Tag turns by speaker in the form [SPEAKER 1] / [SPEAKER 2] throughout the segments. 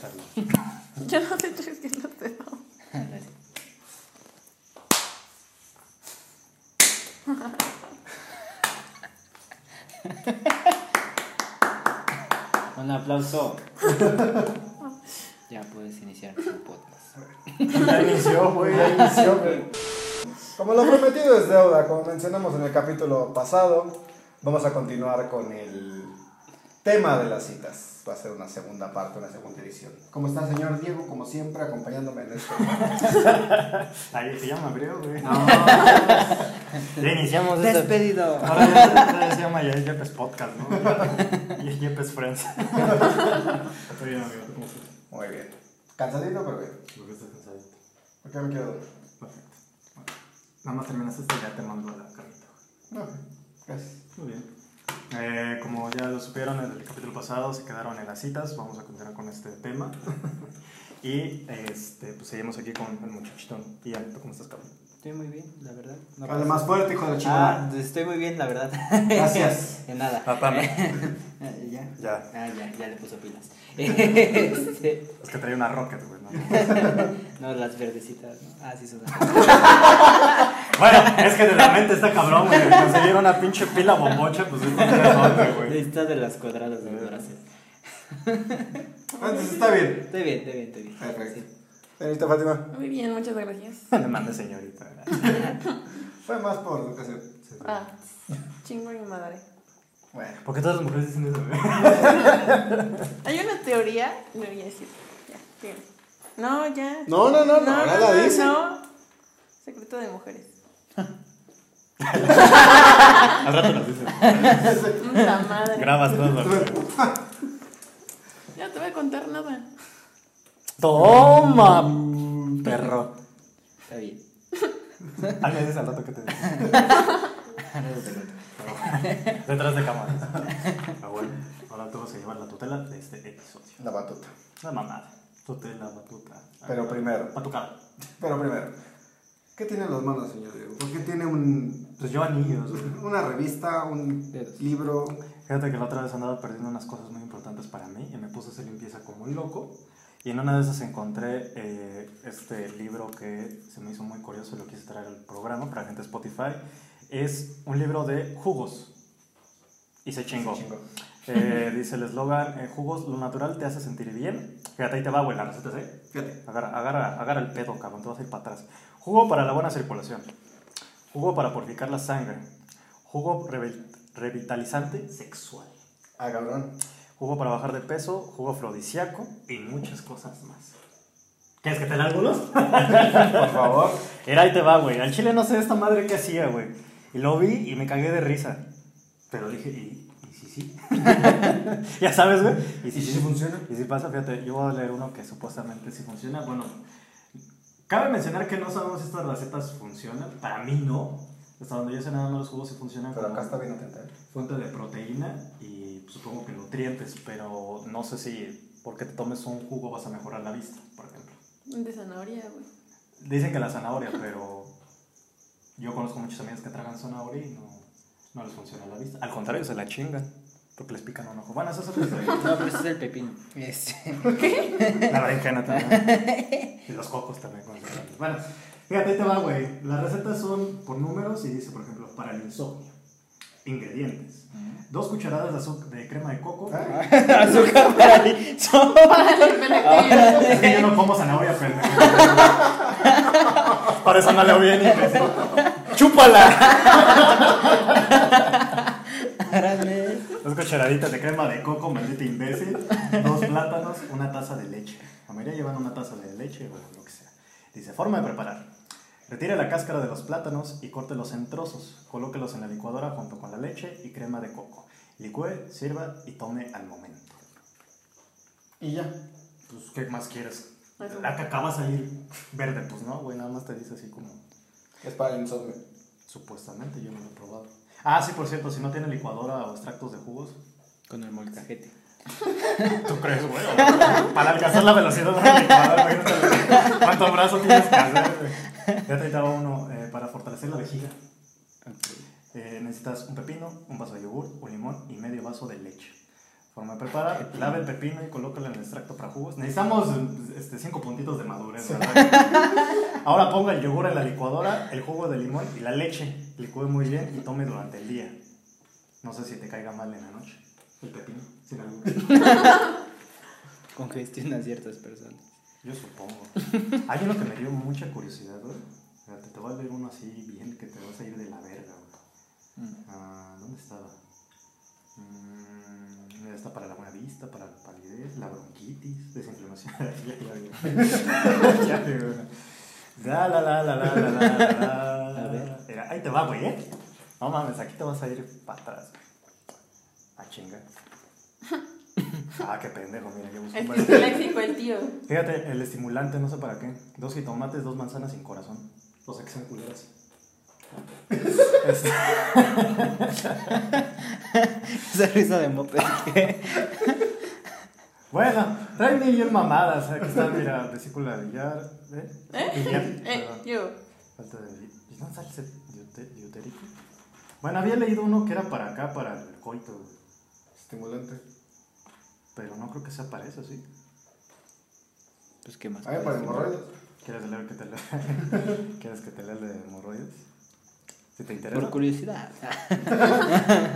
[SPEAKER 1] Carlos.
[SPEAKER 2] Yo no sé tres que no te doy.
[SPEAKER 3] Un aplauso. ya puedes iniciar tu podcast.
[SPEAKER 1] Ya inició, güey, ya inició, güey.
[SPEAKER 4] Como lo prometido es deuda, como mencionamos en el capítulo pasado, vamos a continuar con el tema de las citas. Va a ser una segunda parte, una segunda edición. ¿Cómo está, señor Diego? Como siempre, acompañándome en este.
[SPEAKER 1] Ahí se llama Abreu, güey. Ya iniciamos este.
[SPEAKER 3] Despedido.
[SPEAKER 1] Ahora ya, ahora se llama ya es Yepes Podcast, ¿no? Ya es Yepes Friends. Está bien, amigo. ¿Cómo estás?
[SPEAKER 4] Muy bien. Cansadito, pero bien.
[SPEAKER 1] ¿Por qué estás cansado?
[SPEAKER 4] ¿Por qué me quiero dormir?
[SPEAKER 1] Perfecto. Bueno, Nada más terminas esto y ya te mando a la carrita.
[SPEAKER 4] No, gracias.
[SPEAKER 1] Muy bien. Eh, como ya lo supieron en el capítulo pasado, se quedaron en las citas. Vamos a continuar con este tema. y este, pues seguimos aquí con el muchachito. Y Alito, ¿cómo estás, cabrón?
[SPEAKER 3] Estoy muy bien, la verdad. No
[SPEAKER 4] Habla
[SPEAKER 3] pasa-
[SPEAKER 4] más fuerte, hijo de chingada.
[SPEAKER 3] Ah, estoy muy bien, la verdad.
[SPEAKER 4] Ah. Gracias.
[SPEAKER 3] De nada.
[SPEAKER 1] Papá, me-
[SPEAKER 3] Eh, ya.
[SPEAKER 1] Ya.
[SPEAKER 3] Ah, ya, ya le puso pilas. Este,
[SPEAKER 1] Es que traía una rocket, güey. ¿no?
[SPEAKER 3] no, las verdecitas, ¿no? Ah, sí, son las
[SPEAKER 1] bueno, es que de la mente está cabrón, güey. Conseguir una pinche pila bombocha, pues es un güey.
[SPEAKER 3] Necesitas de las cuadradas de los brazos.
[SPEAKER 4] Entonces está bien.
[SPEAKER 3] Estoy bien, estoy bien, estoy bien.
[SPEAKER 4] Perfecto.
[SPEAKER 3] Sí.
[SPEAKER 4] Señorita Fátima,
[SPEAKER 2] Muy bien, muchas gracias.
[SPEAKER 1] Le manda señorita.
[SPEAKER 4] fue más por educación.
[SPEAKER 2] Ah, chingo y madre.
[SPEAKER 4] Bueno.
[SPEAKER 1] ¿Por qué todas las mujeres dicen eso, güey?
[SPEAKER 2] Hay una teoría, no voy a decir. Ya, bien. No, ya.
[SPEAKER 4] No, no, no, no, ahora la dice.
[SPEAKER 2] no. Secreto de mujeres.
[SPEAKER 1] Al rato las dicen.
[SPEAKER 2] Puta madre.
[SPEAKER 1] Grabas todas las mujeres.
[SPEAKER 2] Ya no te voy a contar nada.
[SPEAKER 1] Toma, perro.
[SPEAKER 3] Está bien.
[SPEAKER 1] Ahí me dices al rato que te digo.
[SPEAKER 3] Ahora te cuento.
[SPEAKER 1] Detrás de cámaras. Pero bueno, ahora tú vas a llevar la tutela de este episodio.
[SPEAKER 4] La batuta.
[SPEAKER 1] La mamada. Tutela, batuta.
[SPEAKER 4] Pero primero.
[SPEAKER 1] Batucada.
[SPEAKER 4] Pero primero. ¿Qué tiene en las manos, señor Diego? ¿Por qué tiene un
[SPEAKER 1] Pues yo anillos, güey.
[SPEAKER 4] Una revista, un
[SPEAKER 3] Dedos.
[SPEAKER 4] libro.
[SPEAKER 1] Fíjate que la otra vez andaba perdiendo unas cosas muy importantes para mí y me puse a hacer limpieza como un loco. Y en una de esas encontré eh, este libro que se me hizo muy curioso y lo quise traer al programa para gente de Spotify. Es un libro de jugos. Y se chingó.
[SPEAKER 4] Chingo.
[SPEAKER 1] Eh, dice el eslogan, eh, jugos, lo natural te hace sentir bien. Fíjate, ahí te va, güey, la receta, ¿eh?
[SPEAKER 4] Fíjate.
[SPEAKER 1] Agarra, agarra, agarra el pedo, cabrón, te vas a ir para atrás. Jugo para la buena circulación. Jugo para purificar la sangre. Jugo revel- revitalizante sexual.
[SPEAKER 4] Ah, cabrón.
[SPEAKER 1] Jugo para bajar de peso, jugo afrodisíaco y muchas cosas más. ¿Quieres que te lea algunos?
[SPEAKER 4] Por favor.
[SPEAKER 1] Era ahí te va, güey. Al chile no sé esta madre qué hacía, güey. Y lo vi y me cagué de risa. Pero dije, ¿y, y si sí? ya sabes, güey. ¿Y si sí
[SPEAKER 4] funciona?
[SPEAKER 1] y si pasa, fíjate, yo voy a leer uno que supuestamente sí funciona. Bueno, cabe mencionar que no sabemos si estas recetas funcionan. Para mí no. Hasta donde yo sé nada más los jugos sí funcionan
[SPEAKER 4] Pero acá
[SPEAKER 1] como
[SPEAKER 4] está bien ¿eh? atentado.
[SPEAKER 1] fuente de proteína y supongo que nutrientes, pero no sé si porque te tomes un jugo vas a mejorar la vista, por ejemplo.
[SPEAKER 2] De zanahoria, güey.
[SPEAKER 1] Dicen que la zanahoria, pero yo conozco muchos amigos que tragan zanahoria y no, no les funciona la vista. Al contrario, se la chingan porque les pican un ojo. Bueno, eso es otra historia.
[SPEAKER 3] No, pero ese es el pepino. Este.
[SPEAKER 1] La berenjena también. y los cocos también. con cereales. Bueno, fíjate, ahí te va, güey. Las recetas son por números y dice, por ejemplo, para el insomnio. Ingredientes. Dos cucharadas de, azu- de crema de coco.
[SPEAKER 4] Ah,
[SPEAKER 3] Azúcar para el sol.
[SPEAKER 4] Ah.
[SPEAKER 1] Es que yo Ah, no como zanahoria, pendejo. Para eso no le voy bien imbécil. ¡Chúpala!
[SPEAKER 3] Árale.
[SPEAKER 1] Dos cucharaditas de crema de coco, maldita imbécil. Dos plátanos, una taza de leche. La mayoría llevan una taza de leche o lo que sea. Dice, forma de preparar. Retire la cáscara de los plátanos y córtelos en trozos. Colóquelos en la licuadora junto con la leche y crema de coco. Licúe, sirva y tome al momento.
[SPEAKER 4] Y ya.
[SPEAKER 1] Pues, ¿qué más quieres?
[SPEAKER 2] Eso.
[SPEAKER 1] La caca va a salir verde, pues no, güey, nada más te dice así como...
[SPEAKER 4] Es para el insomnio.
[SPEAKER 1] Supuestamente yo no lo he probado. Ah, sí, por cierto, si no tiene licuadora o extractos de jugos,
[SPEAKER 3] Con el molcajete.
[SPEAKER 1] ¿tú crees, güey? Para alcanzar la velocidad de la licuadora, imagínate cuánto brazo tienes que hacer, güey. Ya te daba uno eh, para fortalecer la vejiga. Eh, necesitas un pepino, un vaso de yogur, un limón y medio vaso de leche. Forma de preparar, lava el pepino y colócalo en el extracto para jugos. Necesitamos 5 puntitos de madurez, ¿verdad? Ahora ponga el yogur en la licuadora, el jugo de limón y la leche. Licúe muy bien y tome durante el día. No sé si te caiga mal en la noche. El pepino, sin albur.
[SPEAKER 3] Congestiona a ciertas personas.
[SPEAKER 1] Yo supongo. Hay uno que me dio mucha curiosidad, güey. Fíjate, te voy a leer uno así bien que te vas a ir de la verga, güey.
[SPEAKER 3] Mm.
[SPEAKER 1] Ah, ¿Dónde estaba? Mm, mira, está para la buena vista, para la palidez, la bronquitis, desinflamación. ya, ya, ya. ya, te digo, güey. La, la, la, la, la, la, la, la.
[SPEAKER 3] A ver.
[SPEAKER 1] Mira, ahí te va, güey, ¿eh? No mames, aquí te vas a ir para atrás, güey. Ah, chinga. Ah, qué pendejo, mira, yo busco un
[SPEAKER 2] Es
[SPEAKER 1] buen-
[SPEAKER 2] disléxico el tío.
[SPEAKER 1] Fíjate, el estimulante, no sé para qué. Dos jitomates, dos manzanas sin corazón. O sea que sean culeras. Este,
[SPEAKER 3] Esa risa de moped. que-
[SPEAKER 1] bueno, traen bien mamadas. Aquí está, mira, vesícula de billar. ¿Eh? Billar,
[SPEAKER 2] Eh,
[SPEAKER 1] perdón.
[SPEAKER 2] yo.
[SPEAKER 1] Falta de. ¿Y dónde sale ese diute- diutérico? Bueno, había leído uno que era para acá, para el coito, güey.
[SPEAKER 4] Estimulante.
[SPEAKER 1] pero no creo que sea para eso, ¿sí?
[SPEAKER 3] Pues qué más.
[SPEAKER 4] A ver, Ah, para
[SPEAKER 3] puedes?
[SPEAKER 4] hemorroides.
[SPEAKER 1] ¿Quieres leer que te lea? ¿Quieres que te lea el de hemorroides? Si te interesa.
[SPEAKER 3] Por curiosidad.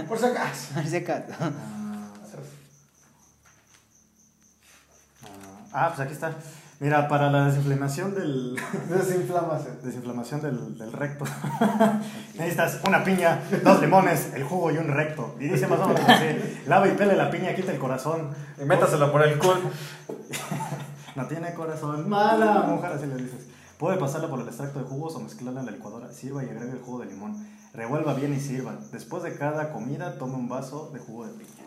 [SPEAKER 4] Por si acaso.
[SPEAKER 3] Por si acaso.
[SPEAKER 1] Ah, Ah, ah, pues aquí está. Mira, para la desinflamación del,
[SPEAKER 4] Desinflamación.
[SPEAKER 1] desinflamación del, del recto. Necesitas una piña, dos limones, el jugo y un recto. Y dice más o menos así, lava y pele la piña, quita el corazón.
[SPEAKER 4] Y métaselo por el culo.
[SPEAKER 1] No tiene corazón, mala mujer, así le dices. Puede pasarla por el extracto de jugos o mezclarla en la licuadora. Sirva y agrega el jugo de limón. Revuelva bien y sirva. Después de cada comida, toma un vaso de jugo de piña.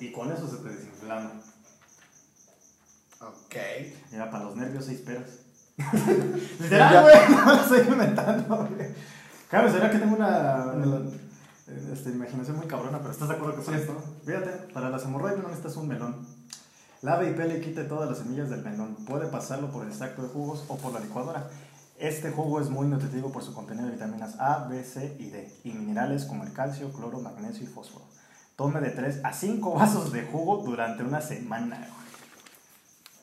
[SPEAKER 1] Y con eso se te desinflama.
[SPEAKER 4] Ok.
[SPEAKER 1] Mira, para los nervios seis peras.
[SPEAKER 4] Ya.
[SPEAKER 1] Literal, güey, no lo estoy inventando, güey. Claro, será que tengo una eh, este, imaginación muy cabrona, pero estás de acuerdo que soy esto. Fíjate, para las hemorroides no necesitas un melón. Lave y pele y quite todas las semillas del melón. Puede pasarlo por el extracto de jugos o por la licuadora. Este jugo es muy nutritivo por su contenido de vitaminas A, B, C y D y minerales como el calcio, cloro, magnesio y fósforo. Tome de 3 a 5 vasos de jugo durante una semana. güey.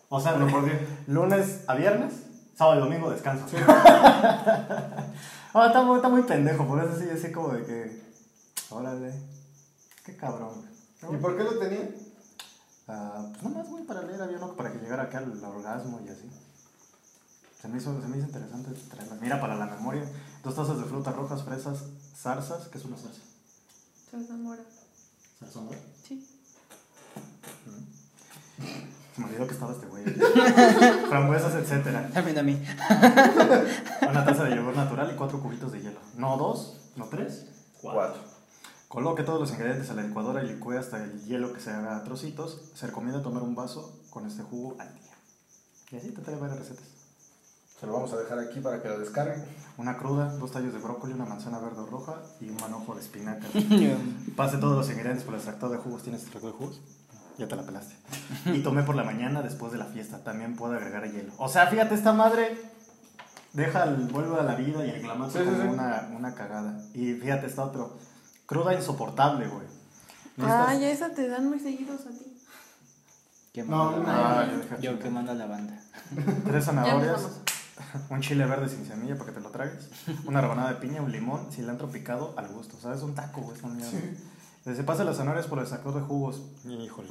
[SPEAKER 1] O sea,
[SPEAKER 4] Bueno, ¿por qué?
[SPEAKER 1] lunes a viernes, sábado y domingo descanso. Ahora está, muy- está muy pendejo, por eso sí, así como de que. Órale, qué cabrón.
[SPEAKER 4] ¿Y
[SPEAKER 1] güey.
[SPEAKER 4] por qué lo tenía?
[SPEAKER 1] Ah, pues nomás, güey, para leer había uno para que llegara acá al orgasmo y así. Se me, hizo, se me hizo interesante traerla. Mira, para la memoria, dos tazas de frutas rojas, fresas, zarzas. ¿Qué es una zarza?
[SPEAKER 2] Se enamora.
[SPEAKER 1] ¿Zarzón, güey?
[SPEAKER 2] Sí.
[SPEAKER 1] Se me olvidó que estaba este güey. Frambuesas, etcétera.
[SPEAKER 3] También a mí.
[SPEAKER 1] Una taza de yogur natural y cuatro cubitos de hielo. No dos, no tres,
[SPEAKER 4] Cuatro.
[SPEAKER 1] Coloque todos los ingredientes a la licuadora y licúe hasta el hielo que se haga a trocitos. Se recomienda tomar un vaso con este jugo al día. Y así te trae varias recetas.
[SPEAKER 4] Se lo vamos a dejar aquí para que lo descarguen.
[SPEAKER 1] Una cruda, dos tallos de brócoli, una manzana verde o roja y un manojo de espinaca.
[SPEAKER 3] Yo-
[SPEAKER 1] Pase todos los ingredientes por el extractor de jugos. ¿Tienes extractor de jugos? Ya te la pelaste. Y tomé por la mañana después de la fiesta. También puedo agregar hielo. O sea, fíjate, esta madre deja el vuelve a la vida y el clamato
[SPEAKER 4] Sí, sí,
[SPEAKER 1] como
[SPEAKER 4] sí.
[SPEAKER 1] Una, una cagada. Y fíjate, está otro. Cruda insoportable, güey. No estás-
[SPEAKER 2] Ay, Ah, esa te dan muy seguidos a ti.
[SPEAKER 3] Quemando
[SPEAKER 4] No,
[SPEAKER 3] la
[SPEAKER 4] no,
[SPEAKER 3] banda.
[SPEAKER 1] no, no, no.
[SPEAKER 3] Yo quemando la banda.
[SPEAKER 1] Tres zanahorias,
[SPEAKER 2] empezamos.
[SPEAKER 1] un chile verde sin semilla para que te lo tragues, una rebanada de piña, un limón, cilantro picado al gusto. ¿Sabes? Un taco, güey, esa mierda. Se pasa las zanahorias por el sacor de jugos. Híjole.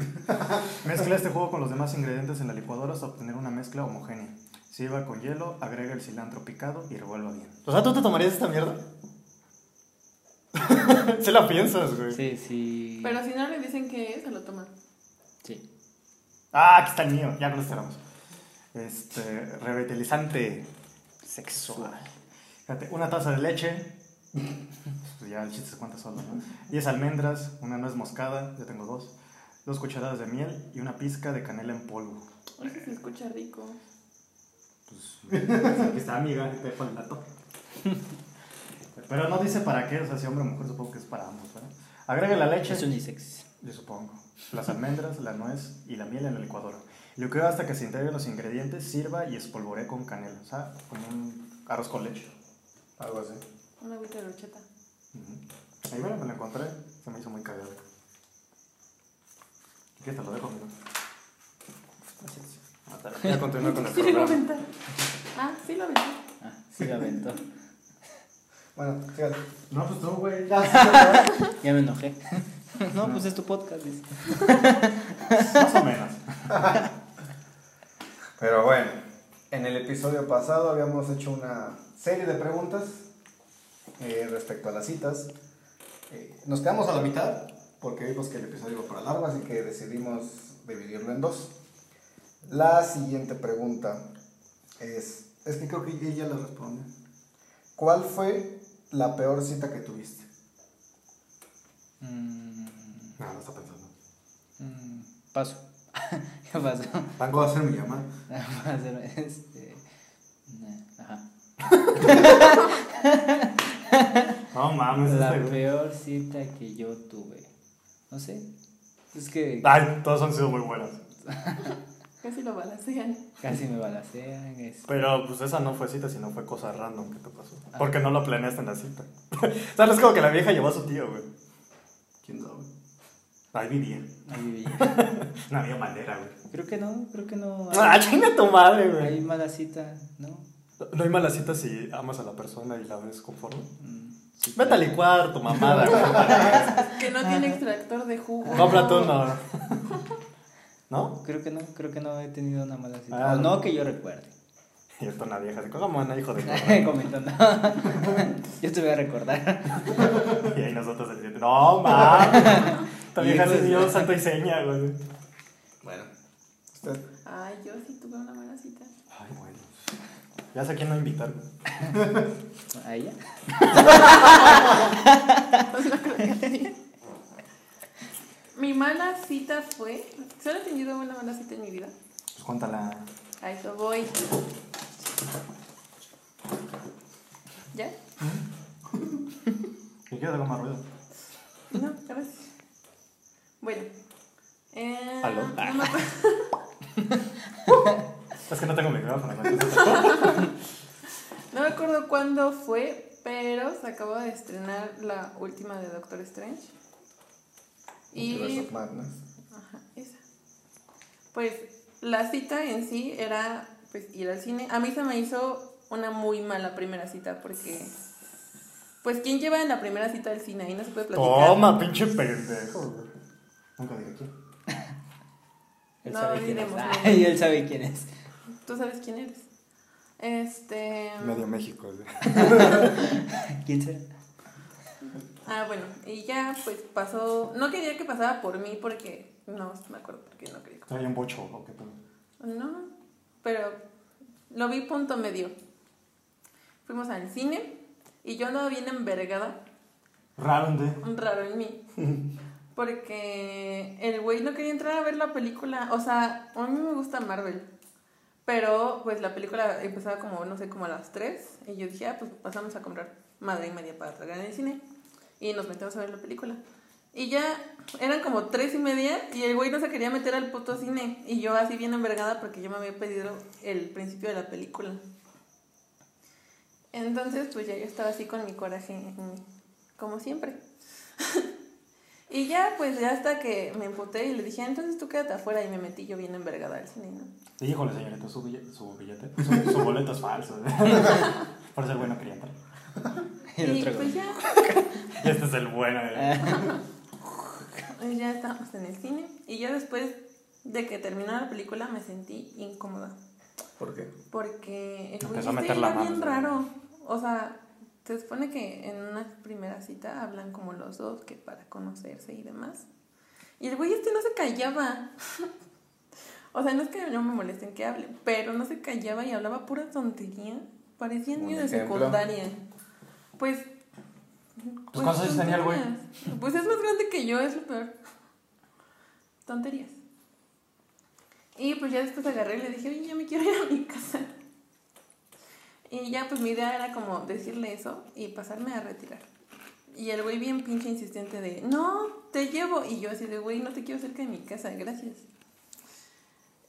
[SPEAKER 1] Mezcla este jugo con los demás ingredientes en la licuadora hasta obtener una mezcla homogénea. Sirva con hielo, agrega el cilantro picado y revuelva bien. O sea, ¿tú te tomarías esta mierda? Se la piensas, güey.
[SPEAKER 3] Sí, sí.
[SPEAKER 2] Pero si no le dicen que se lo toman.
[SPEAKER 3] Sí.
[SPEAKER 1] Ah, aquí está el mío, ya lo esperamos. Este, revitalizante sexual. Fíjate, una taza de leche. Pues ya el chiste se cuenta solo, ¿no? Diez almendras, una nuez moscada, yo tengo dos. Dos cucharadas de miel y una pizca de canela en polvo.
[SPEAKER 2] Eso se escucha rico.
[SPEAKER 1] Pues, aquí está, amiga, te dejo el dato. Pero no dice para qué, o sea, si hombre o mujer, supongo que es para ambos, ¿verdad? Agrega la leche.
[SPEAKER 3] Es unisex.
[SPEAKER 1] Yo supongo. Las almendras, la nuez y la miel en la licuadora. Lo creo hasta que se integren los ingredientes, sirva y espolvoree con canela. O sea, como un arroz con leche.
[SPEAKER 4] Algo así.
[SPEAKER 2] Una agüita de horchata.
[SPEAKER 1] Ujú. Ahí bueno, me lo encontré. Se me hizo muy cagado. ¿Qué te lo dejo, amigo?
[SPEAKER 4] Ah, está bien. Ya continúa con el
[SPEAKER 2] Sí, lo
[SPEAKER 4] programa.
[SPEAKER 2] aventé. Ah, sí lo aventé.
[SPEAKER 3] Ah, sí lo aventó.
[SPEAKER 4] Bueno, fíjate.
[SPEAKER 1] No, pues tú, güey.
[SPEAKER 3] Ya me enojé. No, pues es tu podcast. dice.
[SPEAKER 1] Más o menos.
[SPEAKER 4] Pero bueno, en el episodio pasado habíamos hecho una serie de preguntas eh, respecto a las citas. Eh, nos quedamos a la mitad porque vimos que el episodio iba para largo, así que decidimos dividirlo en dos. La siguiente pregunta es, es que creo que ella la responde. ¿Cuál fue la peor cita que tuviste?
[SPEAKER 3] Mm,
[SPEAKER 1] No, no está pensando.
[SPEAKER 3] mm, paso. ¿Qué pasó?
[SPEAKER 1] Tango va a ser mi llamada.
[SPEAKER 3] Hacer, este, nah, ajá.
[SPEAKER 1] No mames, este
[SPEAKER 3] La
[SPEAKER 1] güey.
[SPEAKER 3] peor cita que yo tuve. No sé. Es que
[SPEAKER 1] Ay, todas han sido muy buenas.
[SPEAKER 2] Casi lo balacean.
[SPEAKER 3] casi me balacean. es-
[SPEAKER 1] Pero pues esa no fue cita, sino fue cosa random que te pasó. Porque no lo planeaste en la cita. o sea, no es como que la vieja llevó a su tío, güey.
[SPEAKER 4] ¿Quién sabe?
[SPEAKER 1] Ahí vivía.
[SPEAKER 3] ahí vi-
[SPEAKER 1] No había manera, güey.
[SPEAKER 3] Creo que no, creo que no.
[SPEAKER 1] Ah, chinga tu madre,
[SPEAKER 3] Hay
[SPEAKER 1] güey.
[SPEAKER 3] mala cita, ¿no?
[SPEAKER 1] No hay mala cita si amas a la persona y la ves conforme.
[SPEAKER 3] Mm, sí,
[SPEAKER 1] Vete a
[SPEAKER 3] claro.
[SPEAKER 1] licuar tu mamada, güey.
[SPEAKER 2] Que no tiene extractor de jugo.
[SPEAKER 1] Cómprate uno. ¿No?
[SPEAKER 3] Creo que no, creo que no he tenido una mala cita.
[SPEAKER 1] Ah,
[SPEAKER 3] O
[SPEAKER 1] no.
[SPEAKER 3] no que yo recuerde.
[SPEAKER 1] Y esto una vieja, así, ¿cómo anda, hijo de puta?
[SPEAKER 3] Comentando. yo te voy a recordar.
[SPEAKER 1] Y ahí nosotros el siguiente, no mames. Esta
[SPEAKER 3] Y
[SPEAKER 1] vieja se
[SPEAKER 3] entonces-
[SPEAKER 1] dio santo y seña, güey.
[SPEAKER 4] Bueno. Usted.
[SPEAKER 2] Ay, yo sí tuve una mala cita.
[SPEAKER 1] Ay, bueno. Ya sé a quién no invitar, güey.
[SPEAKER 3] ¿A ella?
[SPEAKER 2] Mi mala cita fue. Solo he tenido una mala cita en mi vida.
[SPEAKER 1] Pues cuéntala.
[SPEAKER 2] A eso voy. ¿Ya?
[SPEAKER 1] Yo quiero hago más ruido.
[SPEAKER 2] No, gracias. Bueno. Eh,
[SPEAKER 1] Aló.
[SPEAKER 2] no me acuerdo.
[SPEAKER 1] Es que no tengo micrófono. entonces-
[SPEAKER 2] No me acuerdo cuándo fue, pero se acaba de estrenar la última de Doctor Strange.
[SPEAKER 4] Multiverse
[SPEAKER 2] Y.
[SPEAKER 4] of Madness.
[SPEAKER 2] Ajá, esa. Pues la cita en sí era pues ir al cine. A mí se me hizo una muy mala primera cita porque. Pues, ¿quién lleva en la primera cita al cine? Ahí no se puede platicar.
[SPEAKER 1] Toma, pinche pendejo, güey. Nunca dije quién.
[SPEAKER 3] Él
[SPEAKER 2] No,
[SPEAKER 3] sabe quién es.
[SPEAKER 2] diremos, no.
[SPEAKER 3] Ay, él sabe quién es.
[SPEAKER 2] Tú sabes quién eres. Este.
[SPEAKER 1] Medio México, güey.
[SPEAKER 3] ¿Quién será?
[SPEAKER 2] Ah, bueno, y ya pues pasó. No quería que pasara por mí porque. No, me acuerdo porque no quería.
[SPEAKER 1] Traía un bocho, ¿o qué pedo?
[SPEAKER 2] No, pero lo vi punto medio. Fuimos al cine y yo andaba bien envergada,
[SPEAKER 1] Raro, ¿dónde?
[SPEAKER 2] un raro en mí. Porque el güey no quería entrar a ver la película. O sea, a mí me gusta Marvel. Pero pues la película empezaba como, no sé, como a las 3. Y yo dije, ah, pues pasamos a comprar madre y media para tragar en el cine. Y nos metemos a ver la película. Y ya eran como tres y media y el güey no se quería meter al puto cine. Y yo así bien envergada porque yo me había pedido el principio de la película. Entonces pues ya yo estaba así con mi coraje, en mí, como siempre. y ya pues ya hasta que me emputé y le dije, "Ah, entonces tú quédate afuera y me metí yo bien envergada al cine, ¿no?
[SPEAKER 1] Híjole, señorita, su billete, su, billete, su, su boleto es falso. güey. Por eso el bueno quería entrar.
[SPEAKER 3] Y el
[SPEAKER 2] Y
[SPEAKER 3] otro
[SPEAKER 2] pues
[SPEAKER 3] güey.
[SPEAKER 2] ya
[SPEAKER 1] Y este es el bueno, güey.
[SPEAKER 2] Pues ya estábamos en el cine y yo después de que terminó la película me sentí incómoda
[SPEAKER 4] ¿Por qué?
[SPEAKER 2] porque el güey
[SPEAKER 1] Empezó a
[SPEAKER 2] este
[SPEAKER 1] meter la
[SPEAKER 2] era bien
[SPEAKER 1] mano.
[SPEAKER 2] raro. O sea, se supone que en una primera cita hablan como los dos, que para conocerse y demás. Y el güey este no se callaba. o sea, no es que no me molesten que hable, pero no se callaba y hablaba pura tontería. Parecía
[SPEAKER 4] Un
[SPEAKER 2] niño de
[SPEAKER 4] ejemplo.
[SPEAKER 2] secundaria. Pues...
[SPEAKER 1] ¿cuántos años tenía el güey?
[SPEAKER 2] tonterías. Pues es más grande que yo, es lo peor. Tonterías. Y pues ya después agarré y le dije, oye, ya me quiero ir a mi casa. Y ya pues mi idea era como decirle eso y pasarme a retirar. Y el güey bien pinche insistente de, no, te llevo. Y yo así de, güey, no te quiero cerca de mi casa, gracias.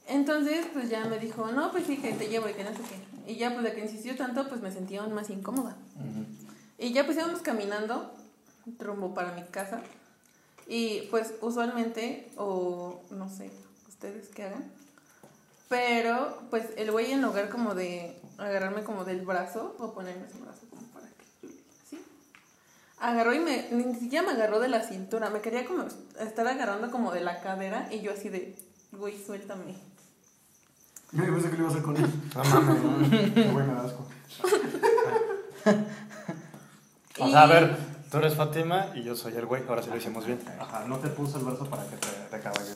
[SPEAKER 2] Entonces pues ya me dijo, no, pues sí, que te llevo y que no sé qué. Y ya pues de que insistió tanto, pues me sentía aún más incómoda. Y ya pues íbamos caminando rumbo para mi casa. Y pues usualmente, o no sé, ustedes qué hagan. Pero pues el güey en lugar como de agarrarme como del brazo o ponerme su brazo como para que yo le- así. Agarró y me, ni siquiera me agarró de la cintura, me quería como estar agarrando como de la cadera y yo así de, güey, suéltame.
[SPEAKER 1] Yo pensé que lo iba a hacer con él.
[SPEAKER 4] No mames,
[SPEAKER 1] Qué güey, me da asco.
[SPEAKER 5] O
[SPEAKER 2] Y-
[SPEAKER 5] sea, a ver, tú eres Fátima y yo soy el güey, ahora sí lo hicimos bien.
[SPEAKER 1] Ajá, no te puso el brazo para que te, te cabalgue.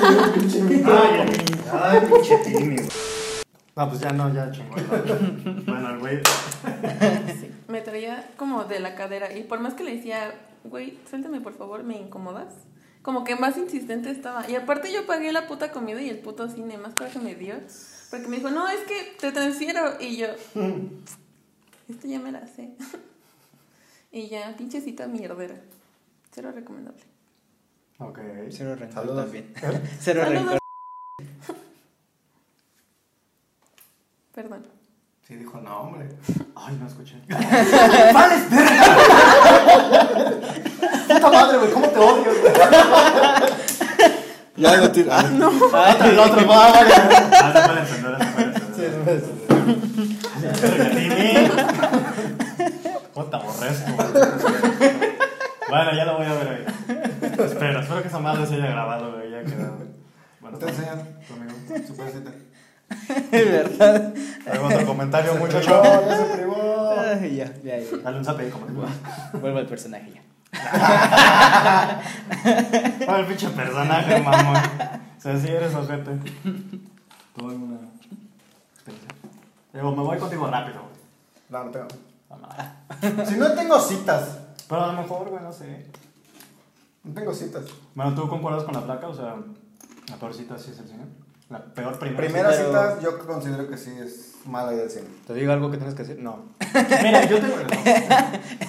[SPEAKER 5] Ay,
[SPEAKER 1] Ay, pinche timi, güey.
[SPEAKER 5] No, pues ya no, ya chingón.
[SPEAKER 1] Bueno, el güey.
[SPEAKER 2] Sí, me traía como de la cadera y por más que le decía, güey, suéltame por favor, me incomodas. Como que más insistente estaba. Y aparte yo pagué la puta comida y el puto cine, más para que me dio. Porque me dijo, no, es que te transfiero. Y yo, esto ya me la sé. y ya, pinche cita mierdera. Cero recomendable.
[SPEAKER 1] Ok.
[SPEAKER 3] Cero rencor
[SPEAKER 4] Saludos.
[SPEAKER 3] también.
[SPEAKER 1] ¿Eh?
[SPEAKER 3] Cero
[SPEAKER 2] Saludos.
[SPEAKER 3] rencor.
[SPEAKER 2] Perdón.
[SPEAKER 1] Sí, dijo, no, hombre. Ay, no escuché.
[SPEAKER 4] ¡Vales, verga!
[SPEAKER 1] Puta madre, güey, ¿cómo te odio?
[SPEAKER 5] Ya lo tiro. No.
[SPEAKER 3] Ay,
[SPEAKER 5] El otro va, vale.
[SPEAKER 1] Ah, se puede entender, se puede entender. Puta aborrezco. güey. Bueno, ya lo voy a ver ahí. Espero, espero que esa madre se haya grabado, güey. Ya quedó. güey. Bueno,
[SPEAKER 4] Te
[SPEAKER 1] pues,
[SPEAKER 4] enseñan, tu amigo, su parecita.
[SPEAKER 3] ¿Verdad?
[SPEAKER 1] hay otro comentario, muchacho.
[SPEAKER 4] No, ya se privó.
[SPEAKER 3] Ay, ya, ya, ya.
[SPEAKER 1] Dale un zap ahí, como te Bueno,
[SPEAKER 3] Vuelvo al personaje ya.
[SPEAKER 1] Ah, el pinche personaje, mamón. O sea, sí eres ojete. Tuve una experiencia. Digo, me voy contigo rápido, güey.
[SPEAKER 4] No, no tengo.
[SPEAKER 1] No, no.
[SPEAKER 4] Si no tengo citas.
[SPEAKER 1] Pero a lo mejor, güey, no sé.
[SPEAKER 4] No tengo citas.
[SPEAKER 1] Bueno, ¿tú concuerdas con la placa? O sea, la peor cita sí es el cine. La peor primera,
[SPEAKER 4] Primera
[SPEAKER 1] cita.
[SPEAKER 4] cita, yo considero que sí es mala idea del cine.
[SPEAKER 5] ¿Te digo algo que tienes que decir? No.
[SPEAKER 1] Mira, yo tengo el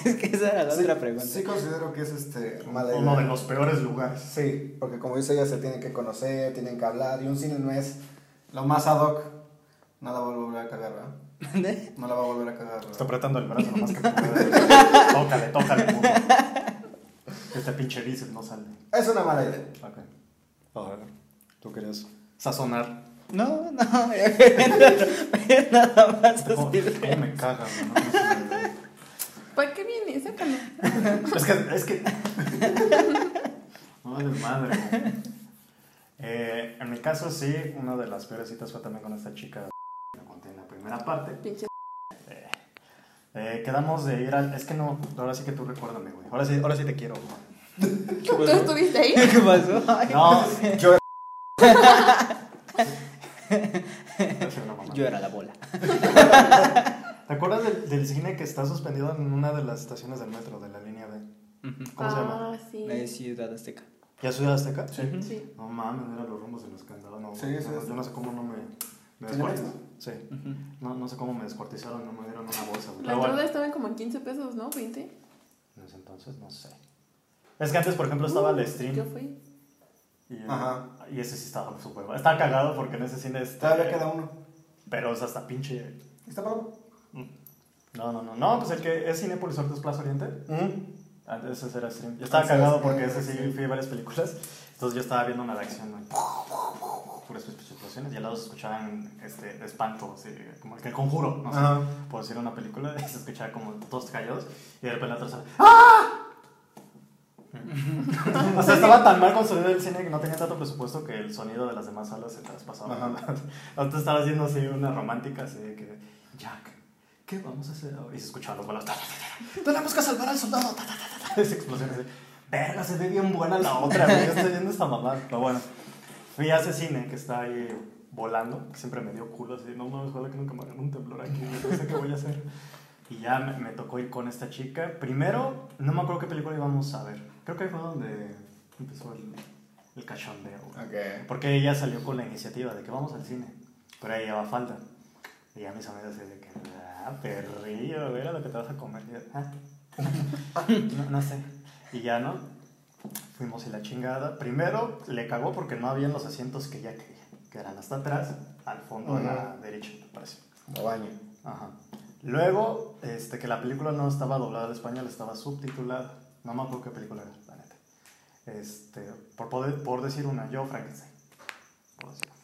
[SPEAKER 3] Es que esa era la
[SPEAKER 4] Sí,
[SPEAKER 3] otra pregunta.
[SPEAKER 4] Sí considero que es este, mala idea.
[SPEAKER 1] Uno de los peores lugares.
[SPEAKER 4] Sí, porque como dice ella, se tienen que conocer, tienen que hablar, y un cine no es lo más ad hoc. No la va a volver a cagar, ¿verdad?
[SPEAKER 3] ¿Mande?
[SPEAKER 4] No la va a volver a cagar,
[SPEAKER 1] Está
[SPEAKER 4] ¿verdad?
[SPEAKER 1] apretando el brazo nomás que puede. tócale, tócale. puto. Este pinche bíceps no sale.
[SPEAKER 4] Es una mala idea.
[SPEAKER 1] Ok. A ver, tú querías sazonar.
[SPEAKER 3] No, no, nada más
[SPEAKER 1] Oh,
[SPEAKER 3] así.
[SPEAKER 1] eh, me caga, güey, no, no se me-
[SPEAKER 2] ¿Para qué viene? Sácalo.
[SPEAKER 1] Es que, es que. No vale madre. güey. Eh, en mi caso, sí, una de las peores citas fue también con esta chica. Lo conté en la primera parte.
[SPEAKER 2] Pinche.
[SPEAKER 1] Eh, quedamos de ir al. Es que no, ahora sí que tú recuérdame, güey. Ahora sí, ahora sí te quiero, güey.
[SPEAKER 2] ¿Tú estuviste ahí?
[SPEAKER 3] ¿Qué pasó? Ay,
[SPEAKER 1] No,
[SPEAKER 4] Yo
[SPEAKER 1] es una mamada.
[SPEAKER 3] Yo era la bola.
[SPEAKER 1] ¿Te acuerdas del, del cine que está suspendido en una de las estaciones del metro, de la línea B? ¿Cómo se llama?
[SPEAKER 2] Ah, sí.
[SPEAKER 3] La de Ciudad Azteca.
[SPEAKER 1] ¿Ya Ciudad Azteca?
[SPEAKER 2] Sí.
[SPEAKER 1] No mames, era los rumbos en los que andaba. No,
[SPEAKER 4] Sí,
[SPEAKER 1] no,
[SPEAKER 4] sí, sí.
[SPEAKER 1] yo no sé cómo no me. ¿Me
[SPEAKER 4] ¿Tiene
[SPEAKER 1] descuartizaron? Sí. No, no sé cómo me descuartizaron, no me dieron una bolsa, güey.
[SPEAKER 2] La
[SPEAKER 1] Pero bueno,
[SPEAKER 2] entrada estaba en como en 15 pesos, ¿no? 20.
[SPEAKER 1] en ese entonces no sé. Es que antes, por ejemplo,
[SPEAKER 2] Uh,
[SPEAKER 1] estaba el
[SPEAKER 2] Yo
[SPEAKER 1] stream.
[SPEAKER 2] fui.
[SPEAKER 1] Y, eh,
[SPEAKER 4] Ajá.
[SPEAKER 1] y ese sí estaba súper. Estaba cagado porque en ese cine está.
[SPEAKER 4] Todavía queda uno.
[SPEAKER 1] Pero es hasta pinche.
[SPEAKER 4] ¿Está pago?
[SPEAKER 1] No, no, no. No, pues el que es Cinepolis Artes Plaza Oriente. Antes ese era stream. Yo estaba
[SPEAKER 4] Antes
[SPEAKER 1] cagado
[SPEAKER 4] era
[SPEAKER 1] porque
[SPEAKER 4] stream,
[SPEAKER 1] ese sí
[SPEAKER 4] sí.
[SPEAKER 1] fui a varias películas. Entonces yo estaba viendo una de acción. güey. Puras explosiones. Y al lado se escuchaban este, espanto, así, como el que el conjuro. No sé.
[SPEAKER 4] Ajá.
[SPEAKER 1] Por decir una película, se escuchaba como todos callados. Y de repente la otra sala. ¡Ah! o sea, estaba tan mal construido el cine que no tenía tanto presupuesto que el sonido de las demás salas se traspasaba.
[SPEAKER 4] Ajá.
[SPEAKER 1] Antes estaba haciendo así una romántica, así de que, Jack, ¿qué vamos a hacer ahora? Y se escuchaban los balas. "Ta, ta, ta, ta. Tenemos que salvar al soldado. ta, ta, ta, ta, ta". Esa explosión así. Verga, se ve bien buena la otra, güey. Yo estoy viendo esta mamá. Pero bueno, fui a ese cine que está ahí volando, que siempre me dio culo, así, no mames, ojalá que nunca me hagan un temblor aquí, no sé qué voy a hacer. Y ya me, me tocó ir con esta chica. Primero, no me acuerdo qué película íbamos a ver. Creo que ahí fue donde empezó el, el cachondeo. güey.
[SPEAKER 4] Ok.
[SPEAKER 1] Porque ella salió con la iniciativa de que vamos al cine, pero ella llevaba falda. Y a mis amigos así de que, ah, perrillo, era lo que te vas a comer. Y yo, "Ah". no, no sé. Y ya no. Fuimos y la chingada. Primero le cagó porque no habían los asientos que ella quería, que eran hasta atrás, al fondo a la derecha, me parece.
[SPEAKER 4] Lo baño.
[SPEAKER 1] Ajá. Luego, este, que la película no estaba doblada al español, estaba subtitulada. No me acuerdo qué película era, la neta. Este, por, poder, por decir una, yo Frankenstein. Por decir una.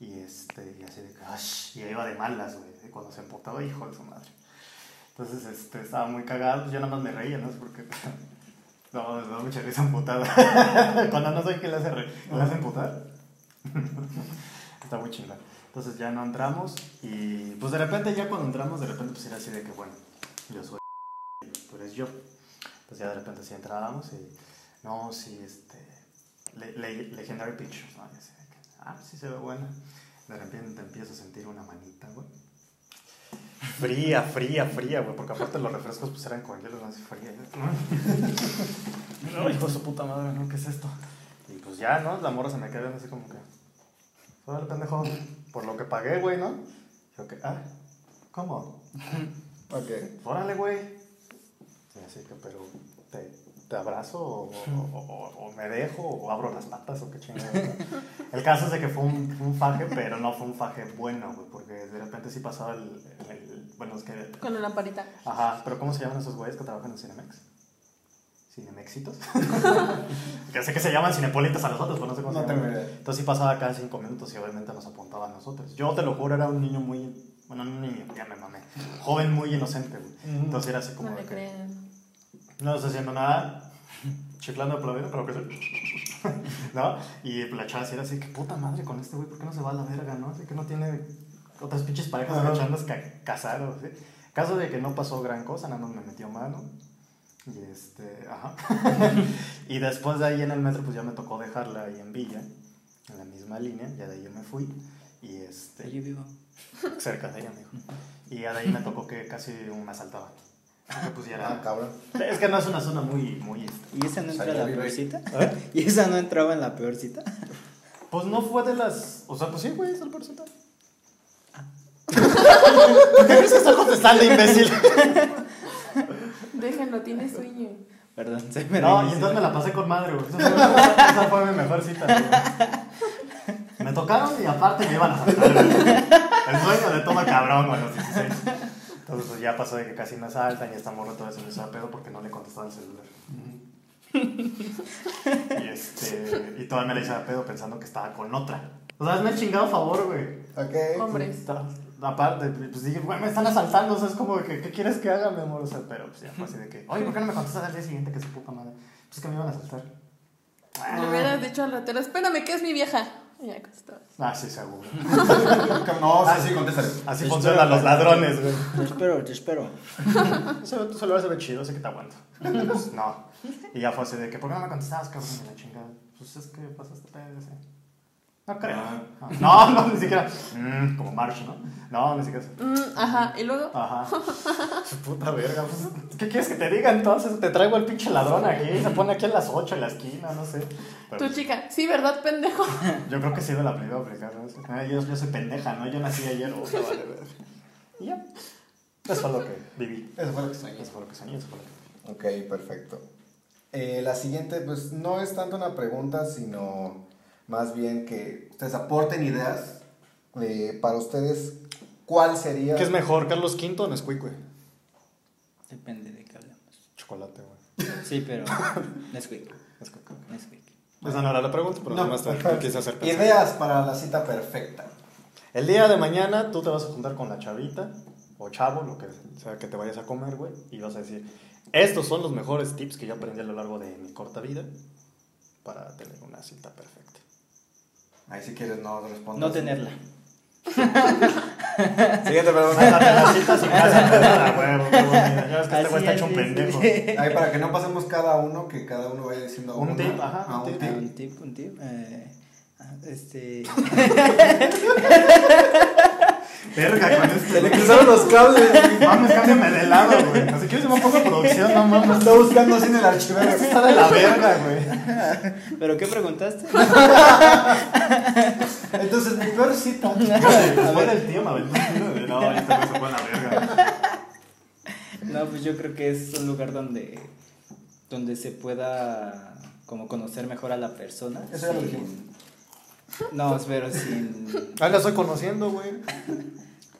[SPEAKER 1] Y, este, y así de que, "Ash", y ahí iba de malas, güey. Y Cuando se empotaba, hijo de su madre. Entonces este, estaba muy cagado, pues yo nada más me reía, ¿no? Es porque. No, me da mucha risa emputada. Cuando no soy que le hace reír, le hace emputar. Está muy chingada. Entonces ya no entramos y pues de repente ya cuando entramos de repente pues era así de que bueno, yo soy tú eres yo. Entonces ya de repente sí entrábamos y no, sí, este, le- le- Legendary Pictures, ¿no? Y así de que, ah, sí se ve buena. De repente te empiezo a sentir una manita, güey. Fría, fría, fría, güey, porque aparte los refrescos pues eran con hielo, no así fría. No, hijo de su puta madre, ¿no? ¿Qué es esto? Y pues ya, ¿no? La morra se me queda viendo así como que, Órale, pendejo. Por lo que pagué, güey, ¿no? Yo que, ah, ¿cómo?
[SPEAKER 4] Ok.
[SPEAKER 1] Órale, güey. Y así que, pero, ¿te, te abrazo o, o- o- o me dejo o abro las patas o qué chingada? ¿no? El caso es de que fue un, fue un faje, pero no fue un faje bueno, güey, porque de repente sí pasaba el, el- el- Bueno, es que.
[SPEAKER 2] Con una parita.
[SPEAKER 1] Ajá, pero ¿cómo se llaman esos güeyes que trabajan en Cinemex? ¿Cinemexitos? que sé que se llaman Cinepolitas a los otros, pero no sé cómo
[SPEAKER 4] No
[SPEAKER 1] se llaman.
[SPEAKER 4] tengo idea.
[SPEAKER 1] Entonces sí pasaba cada cinco minutos y obviamente nos apuntaba a nosotros. Yo te lo juro, era un niño muy. Bueno, no un niño, ya me mamé. Joven muy inocente, güey. Entonces era así como
[SPEAKER 2] No
[SPEAKER 1] de
[SPEAKER 2] le
[SPEAKER 1] que.
[SPEAKER 2] creen.
[SPEAKER 1] No estás haciendo nada, chiclando por la vida, pero que sí. ¿No? Y la chava sí era así, que puta madre con este güey, ¿por qué no se va a la verga, no? Así que no tiene otras pinches parejas
[SPEAKER 4] Ajá.
[SPEAKER 1] cachondas que casar o así. Caso de que no pasó gran cosa, nada más me metió mano. Y este, ajá. y después de ahí en el metro, pues ya me tocó dejarla ahí en Villa, en la misma línea, ya de ahí yo me fui. Y este,
[SPEAKER 3] Allí vivo.
[SPEAKER 1] cerca de ella, me dijo. Y ya de ahí me tocó que casi me asaltaban. Porque pues ya era-
[SPEAKER 4] Ah, cabrón.
[SPEAKER 1] es que no es una zona muy, muy... este.
[SPEAKER 3] ¿Y esa no
[SPEAKER 4] O
[SPEAKER 3] entra
[SPEAKER 4] sea,
[SPEAKER 3] en
[SPEAKER 4] ya
[SPEAKER 3] la
[SPEAKER 4] vive
[SPEAKER 3] peor
[SPEAKER 4] ahí.
[SPEAKER 3] cita? ¿Y esa no entraba en la peor cita?
[SPEAKER 1] Pues no fue de las... O sea, pues sí, güey, es el porcentaje. ¿Por qué crees que está contestando, imbécil?
[SPEAKER 2] Déjenlo, tiene sueño.
[SPEAKER 3] Perdón, se me
[SPEAKER 1] No, y
[SPEAKER 3] regresó.
[SPEAKER 1] entonces me la pasé con madre, güey. Esa fue, esa fue mi mejor cita, güey. Me tocaron y aparte me iban a saltar, güey. El sueño de todo cabrón, güey, a los 16. Entonces pues, ya pasó de que casi me asaltan y esta morra todavía se me hizo a pedo porque no le contestaba el celular. Y, este, y todavía me la hice a pedo pensando que estaba con otra. O sea, me chingado a favor, güey.
[SPEAKER 4] Ok.
[SPEAKER 2] Hombres.
[SPEAKER 1] Está- Aparte, pues dije, güey, me están asaltando, o sea, es como que, ¿qué quieres que haga, mi amor? O sea, pero pues ya fue así de que, oye, ¿por qué no me contestas al día siguiente que su puta madre? Pues que me iban a asaltar. Ah.
[SPEAKER 2] Le hubieras dicho al ratero, espérame, que es mi vieja. Y ya contestaba.
[SPEAKER 1] Ah, sí, seguro.
[SPEAKER 4] No, Ah, sí, sí, contéstale.
[SPEAKER 1] Así funcionan los ladrones, güey.
[SPEAKER 3] Te espero, te espero.
[SPEAKER 1] Se ve- Tu celular se ve chido, sé que te aguanto. Pues, no. Y ya fue así de que, ¿por qué no me contestabas, cabrón? Y la chingada. Pues es que pasaste pedo, sí. No creo. No, no, ni siquiera. Mm, como March, ¿no? No, ni siquiera.
[SPEAKER 2] Mm, ajá, y luego.
[SPEAKER 1] Ajá. Su puta verga. pues, ¿Qué quieres que te diga entonces? Te traigo el pinche ladrón aquí. Se pone aquí a las 8 en la esquina, no sé. Pero,
[SPEAKER 2] Tu chica, sí, ¿verdad, pendejo?
[SPEAKER 1] yo creo que sí me la primera aplicar. ¿no? Sí. Ah, Yo, yo soy pendeja, ¿no? Yo nací ayer. o sea, vale, verga. Y ya. Eso fue lo que viví.
[SPEAKER 4] Eso fue lo que soñé.
[SPEAKER 1] Eso fue lo que soñé. Eso fue lo que...
[SPEAKER 4] Ok, perfecto. Eh, la siguiente, pues no es tanto una pregunta, sino más bien que ustedes aporten ideas eh, para ustedes. ¿Cuál sería?
[SPEAKER 1] ¿Qué es mejor, Carlos V o Nesquik, güey?
[SPEAKER 3] Depende de qué hablamos.
[SPEAKER 1] Chocolate, güey.
[SPEAKER 3] Sí, pero. Nesquik. Nesquik.
[SPEAKER 1] Esa no era la pregunta, pero
[SPEAKER 4] No.
[SPEAKER 1] nada más te, te quise hacer pensar.
[SPEAKER 4] Ideas para la cita perfecta.
[SPEAKER 1] El día de mañana tú te vas a juntar con la chavita o chavo, lo que sea que te vayas a comer, güey, y vas a decir, estos son los mejores tips que yo aprendí a lo largo de mi corta vida para tener una cita perfecta.
[SPEAKER 4] Ahí si quieres no respondas.
[SPEAKER 3] No tenerla.
[SPEAKER 4] Siguiente pregunta.
[SPEAKER 1] Ándate a la cita sin casa, pues, a huevo, qué bonito. Ya ves que este
[SPEAKER 3] Así
[SPEAKER 1] güey está
[SPEAKER 3] es,
[SPEAKER 1] hecho un
[SPEAKER 3] sí, sí,
[SPEAKER 1] pendejo.
[SPEAKER 3] sí.
[SPEAKER 4] Ahí para que no pasemos cada uno, que cada uno vaya diciendo
[SPEAKER 1] Un
[SPEAKER 4] una.
[SPEAKER 1] tip, ajá,
[SPEAKER 4] Ah,
[SPEAKER 1] un
[SPEAKER 4] un
[SPEAKER 1] tip.
[SPEAKER 4] tip.
[SPEAKER 3] Un tip, un tip. eh, ah, este.
[SPEAKER 1] Verga, con
[SPEAKER 4] Se le
[SPEAKER 1] este.
[SPEAKER 4] cruzaron los cables.
[SPEAKER 1] Mames, cámbiame de lado, güey. Así que yo se me pongo producción, no mames.
[SPEAKER 4] Está buscando así en el archivo.
[SPEAKER 1] Está de la verga, güey.
[SPEAKER 3] ¿Pero qué preguntaste?
[SPEAKER 4] Entonces, mi peor cita.
[SPEAKER 1] Después del tema, güey. No, este güey se fue a la verga.
[SPEAKER 3] No, pues yo creo que es un lugar donde. donde se pueda. como conocer mejor a la persona.
[SPEAKER 4] Eso ya lo
[SPEAKER 3] sin-
[SPEAKER 4] dijimos.
[SPEAKER 3] No, pero sin.
[SPEAKER 1] Ah, la estoy conociendo, güey. Pues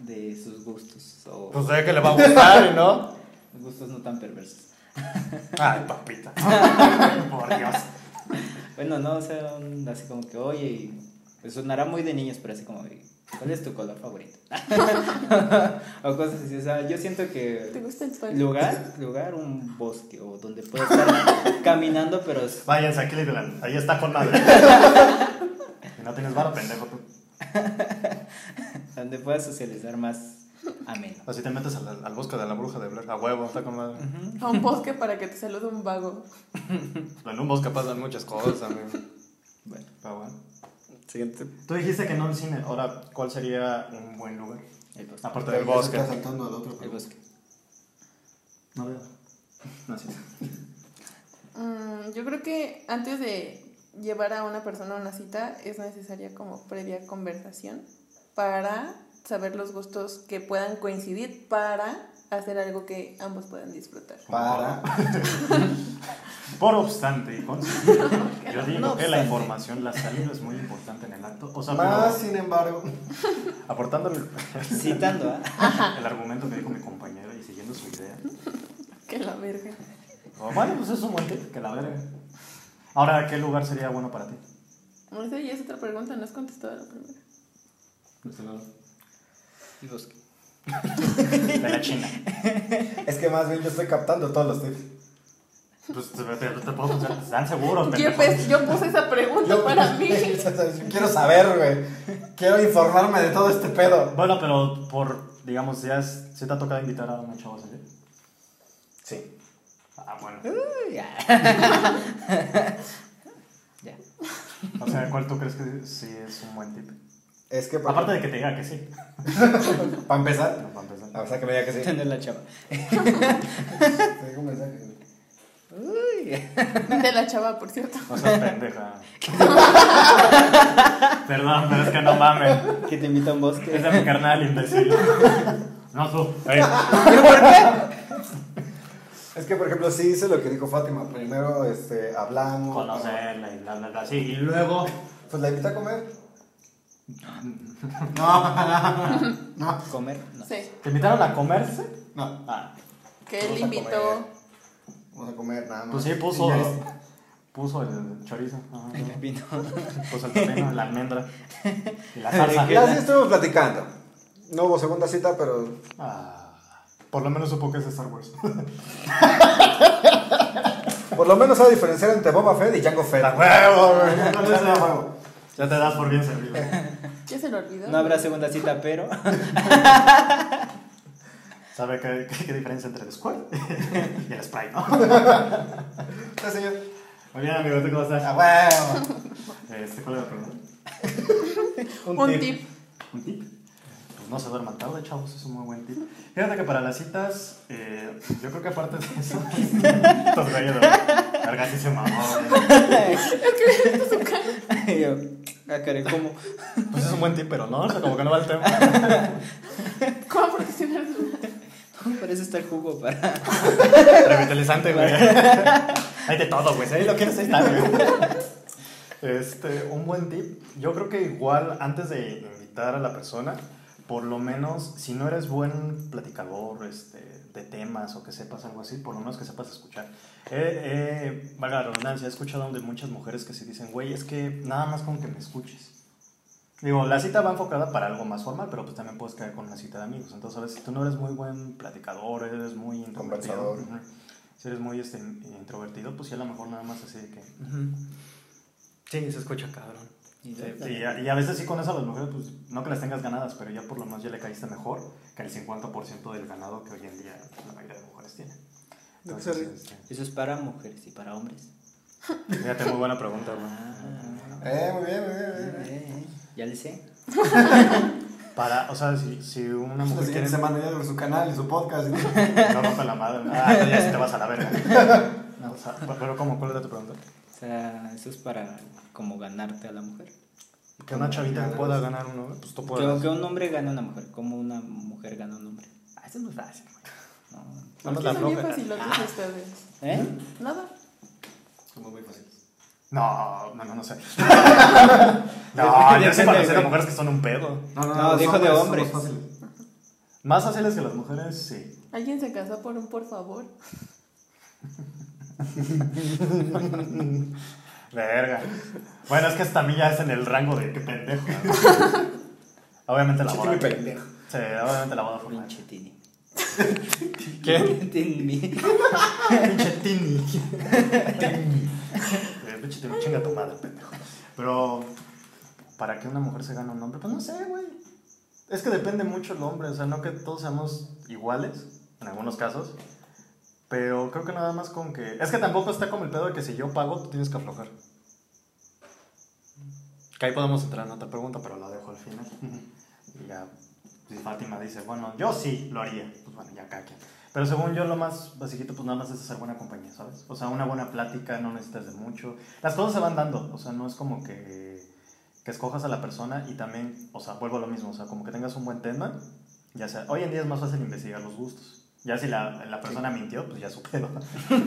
[SPEAKER 3] de sus gustos. O
[SPEAKER 1] sé que le va a gustar, ¿no?
[SPEAKER 3] gustos no tan perversos.
[SPEAKER 5] Ay, papita. Por Dios.
[SPEAKER 3] Bueno, no, o sea, un- así como que, oye, y- pues sonará muy de niños, pero así como, y, ¿cuál es tu color favorito? o cosas así, o sea, yo siento
[SPEAKER 2] ¿Te
[SPEAKER 3] que
[SPEAKER 2] gusta el sol?
[SPEAKER 3] lugar, lugar, un bosque, o donde puedo estar caminando, pero s-
[SPEAKER 1] Váyanse a Cleveland, ahí está con madre. Y no tienes vara, pendejo. tú.
[SPEAKER 3] donde pueda socializar más ameno.
[SPEAKER 5] Así te metes al, al bosque de la bruja de Blair. A huevo, está con madre.
[SPEAKER 2] A un bosque para que te salude un vago.
[SPEAKER 5] En un bosque pasan muchas cosas, amigo.
[SPEAKER 3] Bueno,
[SPEAKER 5] Pero bueno.
[SPEAKER 3] siguiente.
[SPEAKER 1] Tú dijiste que no el cine. Ahora, ¿cuál sería un buen lugar?
[SPEAKER 3] El bosque.
[SPEAKER 1] Aparte del
[SPEAKER 4] Ya se
[SPEAKER 1] bosque.
[SPEAKER 4] Está saltando al otro.
[SPEAKER 3] El
[SPEAKER 4] pero-
[SPEAKER 3] bosque.
[SPEAKER 1] No veo. No es cierto.
[SPEAKER 2] Mm, yo creo que antes de llevar a una persona a una cita es necesaria como previa conversación para saber los gustos que puedan coincidir para hacer algo que ambos puedan disfrutar.
[SPEAKER 4] Para.
[SPEAKER 1] Por obstante, y con- yo digo
[SPEAKER 2] No
[SPEAKER 1] que la
[SPEAKER 2] obstante.
[SPEAKER 1] información, la salida es muy importante en el acto. O sea,
[SPEAKER 4] Más,
[SPEAKER 1] pero
[SPEAKER 4] sin embargo.
[SPEAKER 1] aportando el,
[SPEAKER 3] Citando, ¿ah?
[SPEAKER 1] el argumento que dijo mi compañero y siguiendo su idea.
[SPEAKER 2] Que la verga.
[SPEAKER 1] O, bueno, pues es un buen tip, que la verga. Ahora, ¿qué lugar sería bueno para ti?
[SPEAKER 2] Esa ya es otra pregunta, no has contestado la primera.
[SPEAKER 3] El bosque.
[SPEAKER 1] De la China.
[SPEAKER 4] Es que más bien yo estoy captando todos los tips.
[SPEAKER 1] Pues te, te- te puedo pensar, están seguros,
[SPEAKER 2] Yo,
[SPEAKER 1] pendejo.
[SPEAKER 2] pues, yo puse esa pregunta para mí.
[SPEAKER 4] Quiero saber, güey. Quiero informarme de todo este pedo.
[SPEAKER 1] Bueno, pero por, digamos, ya es- sí te ha tocado invitar a una chava a salir.
[SPEAKER 4] Sí.
[SPEAKER 1] Ah, bueno.
[SPEAKER 3] Uy, ya. ya.
[SPEAKER 1] O sea, ¿cuál tú crees que sí es un buen tip?
[SPEAKER 4] Es que. por
[SPEAKER 1] Aparte de que te diga que sí.
[SPEAKER 4] ejemplo, Para empezar.
[SPEAKER 1] Para empezar.
[SPEAKER 4] A pesar que me diga que sí.
[SPEAKER 3] Tener la chava.
[SPEAKER 4] Te digo un mensaje.
[SPEAKER 3] Uy.
[SPEAKER 2] De la chava, por cierto.
[SPEAKER 1] No seas pendeja. Perdón, pero es que no mames.
[SPEAKER 3] Que te invita a un bosque.
[SPEAKER 1] Es de mi carnal, imbécil. No tú. Ey,
[SPEAKER 4] Es que, por ejemplo, sí hice lo que dijo Fátima. Primero este, hablamos.
[SPEAKER 1] conocerla y bla, bla, bla. Sí, y luego.
[SPEAKER 4] Pues la invité a comer.
[SPEAKER 3] Comer, no.
[SPEAKER 2] Sí,
[SPEAKER 1] ¿Te invitaron a comerse?
[SPEAKER 4] No,
[SPEAKER 1] Ah,
[SPEAKER 2] que
[SPEAKER 4] Vamos
[SPEAKER 2] él
[SPEAKER 4] a
[SPEAKER 2] invitó.
[SPEAKER 4] comer. vamos a comer nada más.
[SPEAKER 1] pues sí, puso.
[SPEAKER 4] Y ya es-
[SPEAKER 1] Puso el chorizo. Ajá.
[SPEAKER 3] El pepino.
[SPEAKER 1] Puso el pepino, la almendra. Y la salsa.
[SPEAKER 3] ¿Qué
[SPEAKER 4] Ya
[SPEAKER 3] tal?
[SPEAKER 4] sí estuvimos platicando. No hubo segunda cita, pero
[SPEAKER 1] Ah, por lo menos supo que es Star Wars.
[SPEAKER 4] por lo menos sabe diferenciar entre Boba Fett y Django Fett.
[SPEAKER 1] ¡A huevo, güey!
[SPEAKER 4] Entonces, a huevo.
[SPEAKER 1] Ya te das por bien servido.
[SPEAKER 2] ¿Ya se lo olvidó?
[SPEAKER 3] No habrá segunda cita, pero.
[SPEAKER 1] ¿Sabe qué, qué, qué diferencia entre el Square y el Sprite, no?
[SPEAKER 4] Sí, señor.
[SPEAKER 1] Muy bien, amigo, ¿tú cómo
[SPEAKER 4] A
[SPEAKER 1] estás?
[SPEAKER 4] huevo.
[SPEAKER 1] Este, ¿Cuál era la pregunta?
[SPEAKER 2] Un, tip.
[SPEAKER 1] ¿Un tip? Pues no se duerman tarde, chavos, es un muy buen tip. Fíjate que para las citas, eh, yo creo que aparte de eso, pues, estos gallos de verga sí se mamó. güey.
[SPEAKER 3] Y yo, ah, caray, ¿cómo?
[SPEAKER 1] Pues es un buen tip, pero no, o sea, como que no va el tema.
[SPEAKER 2] ¿Cómo? Porque si no eres una-
[SPEAKER 3] Parece estar jugo para.
[SPEAKER 1] Revitalizante, güey. Hay de todo, güey. Si ahí lo quieres, ahí está, güey. Este, un buen tip. Yo creo que igual antes de invitar a la persona, por lo menos, si no eres buen platicador este, de temas o que sepas algo así, por lo menos que sepas escuchar. Eh, eh, valga la redundancia, he escuchado de muchas mujeres que se dicen, güey, es que nada más con que me escuches. Digo, la cita va enfocada para algo más formal, pero pues también puedes caer con una cita de amigos. Entonces, a veces, si tú no eres muy buen platicador, eres muy introvertido.
[SPEAKER 4] Conversador.
[SPEAKER 1] ujú, Si eres muy este, introvertido, pues sí, a lo mejor nada más así de que. Sí, se escucha cabrón.
[SPEAKER 3] Y yo,
[SPEAKER 1] eh, Y, a- y a veces sí con eso a las mujeres, pues no que las tengas ganadas, pero ya por lo menos ya le caíste mejor que el 50% del ganado que hoy en día la mayoría de mujeres tiene. Entonces, este,
[SPEAKER 3] Eso es para mujeres y para hombres.
[SPEAKER 1] fíjate, muy buena pregunta, güey.
[SPEAKER 4] Eh, muy bien, muy bien, muy bien.
[SPEAKER 3] Eh, ya le sé.
[SPEAKER 1] Para, o sea, si, si una
[SPEAKER 4] La
[SPEAKER 1] mujer quiere...
[SPEAKER 4] Pues, siguiente semana ya abre su canal y su podcast.
[SPEAKER 1] No rompa la madre. ¿no? Ah, ya sí te vas a la verga. No, o sea, pe- pero ¿cómo? ¿Cuál era tu pregunta?
[SPEAKER 3] O sea, eso es para como ganarte a la mujer.
[SPEAKER 1] Que una chavita pueda ganar uno, pues tú
[SPEAKER 3] Que,
[SPEAKER 1] puedas.
[SPEAKER 3] que un hombre gane a una mujer, como una mujer gana a un hombre.
[SPEAKER 1] Ah, eso no es fácil, güey.
[SPEAKER 3] No.
[SPEAKER 1] Somos la
[SPEAKER 2] Son bien
[SPEAKER 1] floja.
[SPEAKER 2] facilotes ustedes.
[SPEAKER 3] ¿Eh?
[SPEAKER 2] Nada.
[SPEAKER 4] Como muy fáciles.
[SPEAKER 1] No, no, no, no sé. No, yo sé
[SPEAKER 3] Depende,
[SPEAKER 1] conocer a
[SPEAKER 3] güey.
[SPEAKER 1] mujeres que son un pedo.
[SPEAKER 4] No, no,
[SPEAKER 3] No,
[SPEAKER 4] no. los
[SPEAKER 3] dijo de
[SPEAKER 4] hombres somos
[SPEAKER 3] hombres.
[SPEAKER 4] fáciles.
[SPEAKER 1] Más fáciles que las mujeres, sí.
[SPEAKER 2] Alguien se casó por un por favor.
[SPEAKER 1] Verga. Bueno, es que esta milla es en el rango de qué pendejo. ¿no? obviamente la boda.
[SPEAKER 4] Chitini pendejo.
[SPEAKER 1] Sí, obviamente la boda fue mal.
[SPEAKER 3] Pinche Tini.
[SPEAKER 5] ¿Qué?
[SPEAKER 3] Tini.
[SPEAKER 1] Pinche Tini. Tini. Eh, Pinche Tini, chinga tu madre, pendejo. Pero, ¿para qué una mujer se gana un hombre? Pues no sé, güey. Es que depende mucho el hombre, o sea, no que todos seamos iguales, en algunos casos. Pero creo que nada más con que. Es que tampoco está como el pedo de que si yo pago, tú tienes que aflojar. Que ahí podemos entrar en otra pregunta, pero la dejo al final. Y ya, si Fátima dice, bueno, yo sí lo haría, pues bueno, ya cada quien. Pero según yo, lo más basiquito, pues nada más es hacer buena compañía, ¿sabes? O sea, una buena plática, no necesitas de mucho. Las cosas se van dando, o sea, no es como que, que escojas a la persona y también, o sea, vuelvo a lo mismo, o sea, como que tengas un buen tema, ya sea, hoy en día es más fácil investigar los gustos. Ya si la, la persona mintió, pues ya su pedo.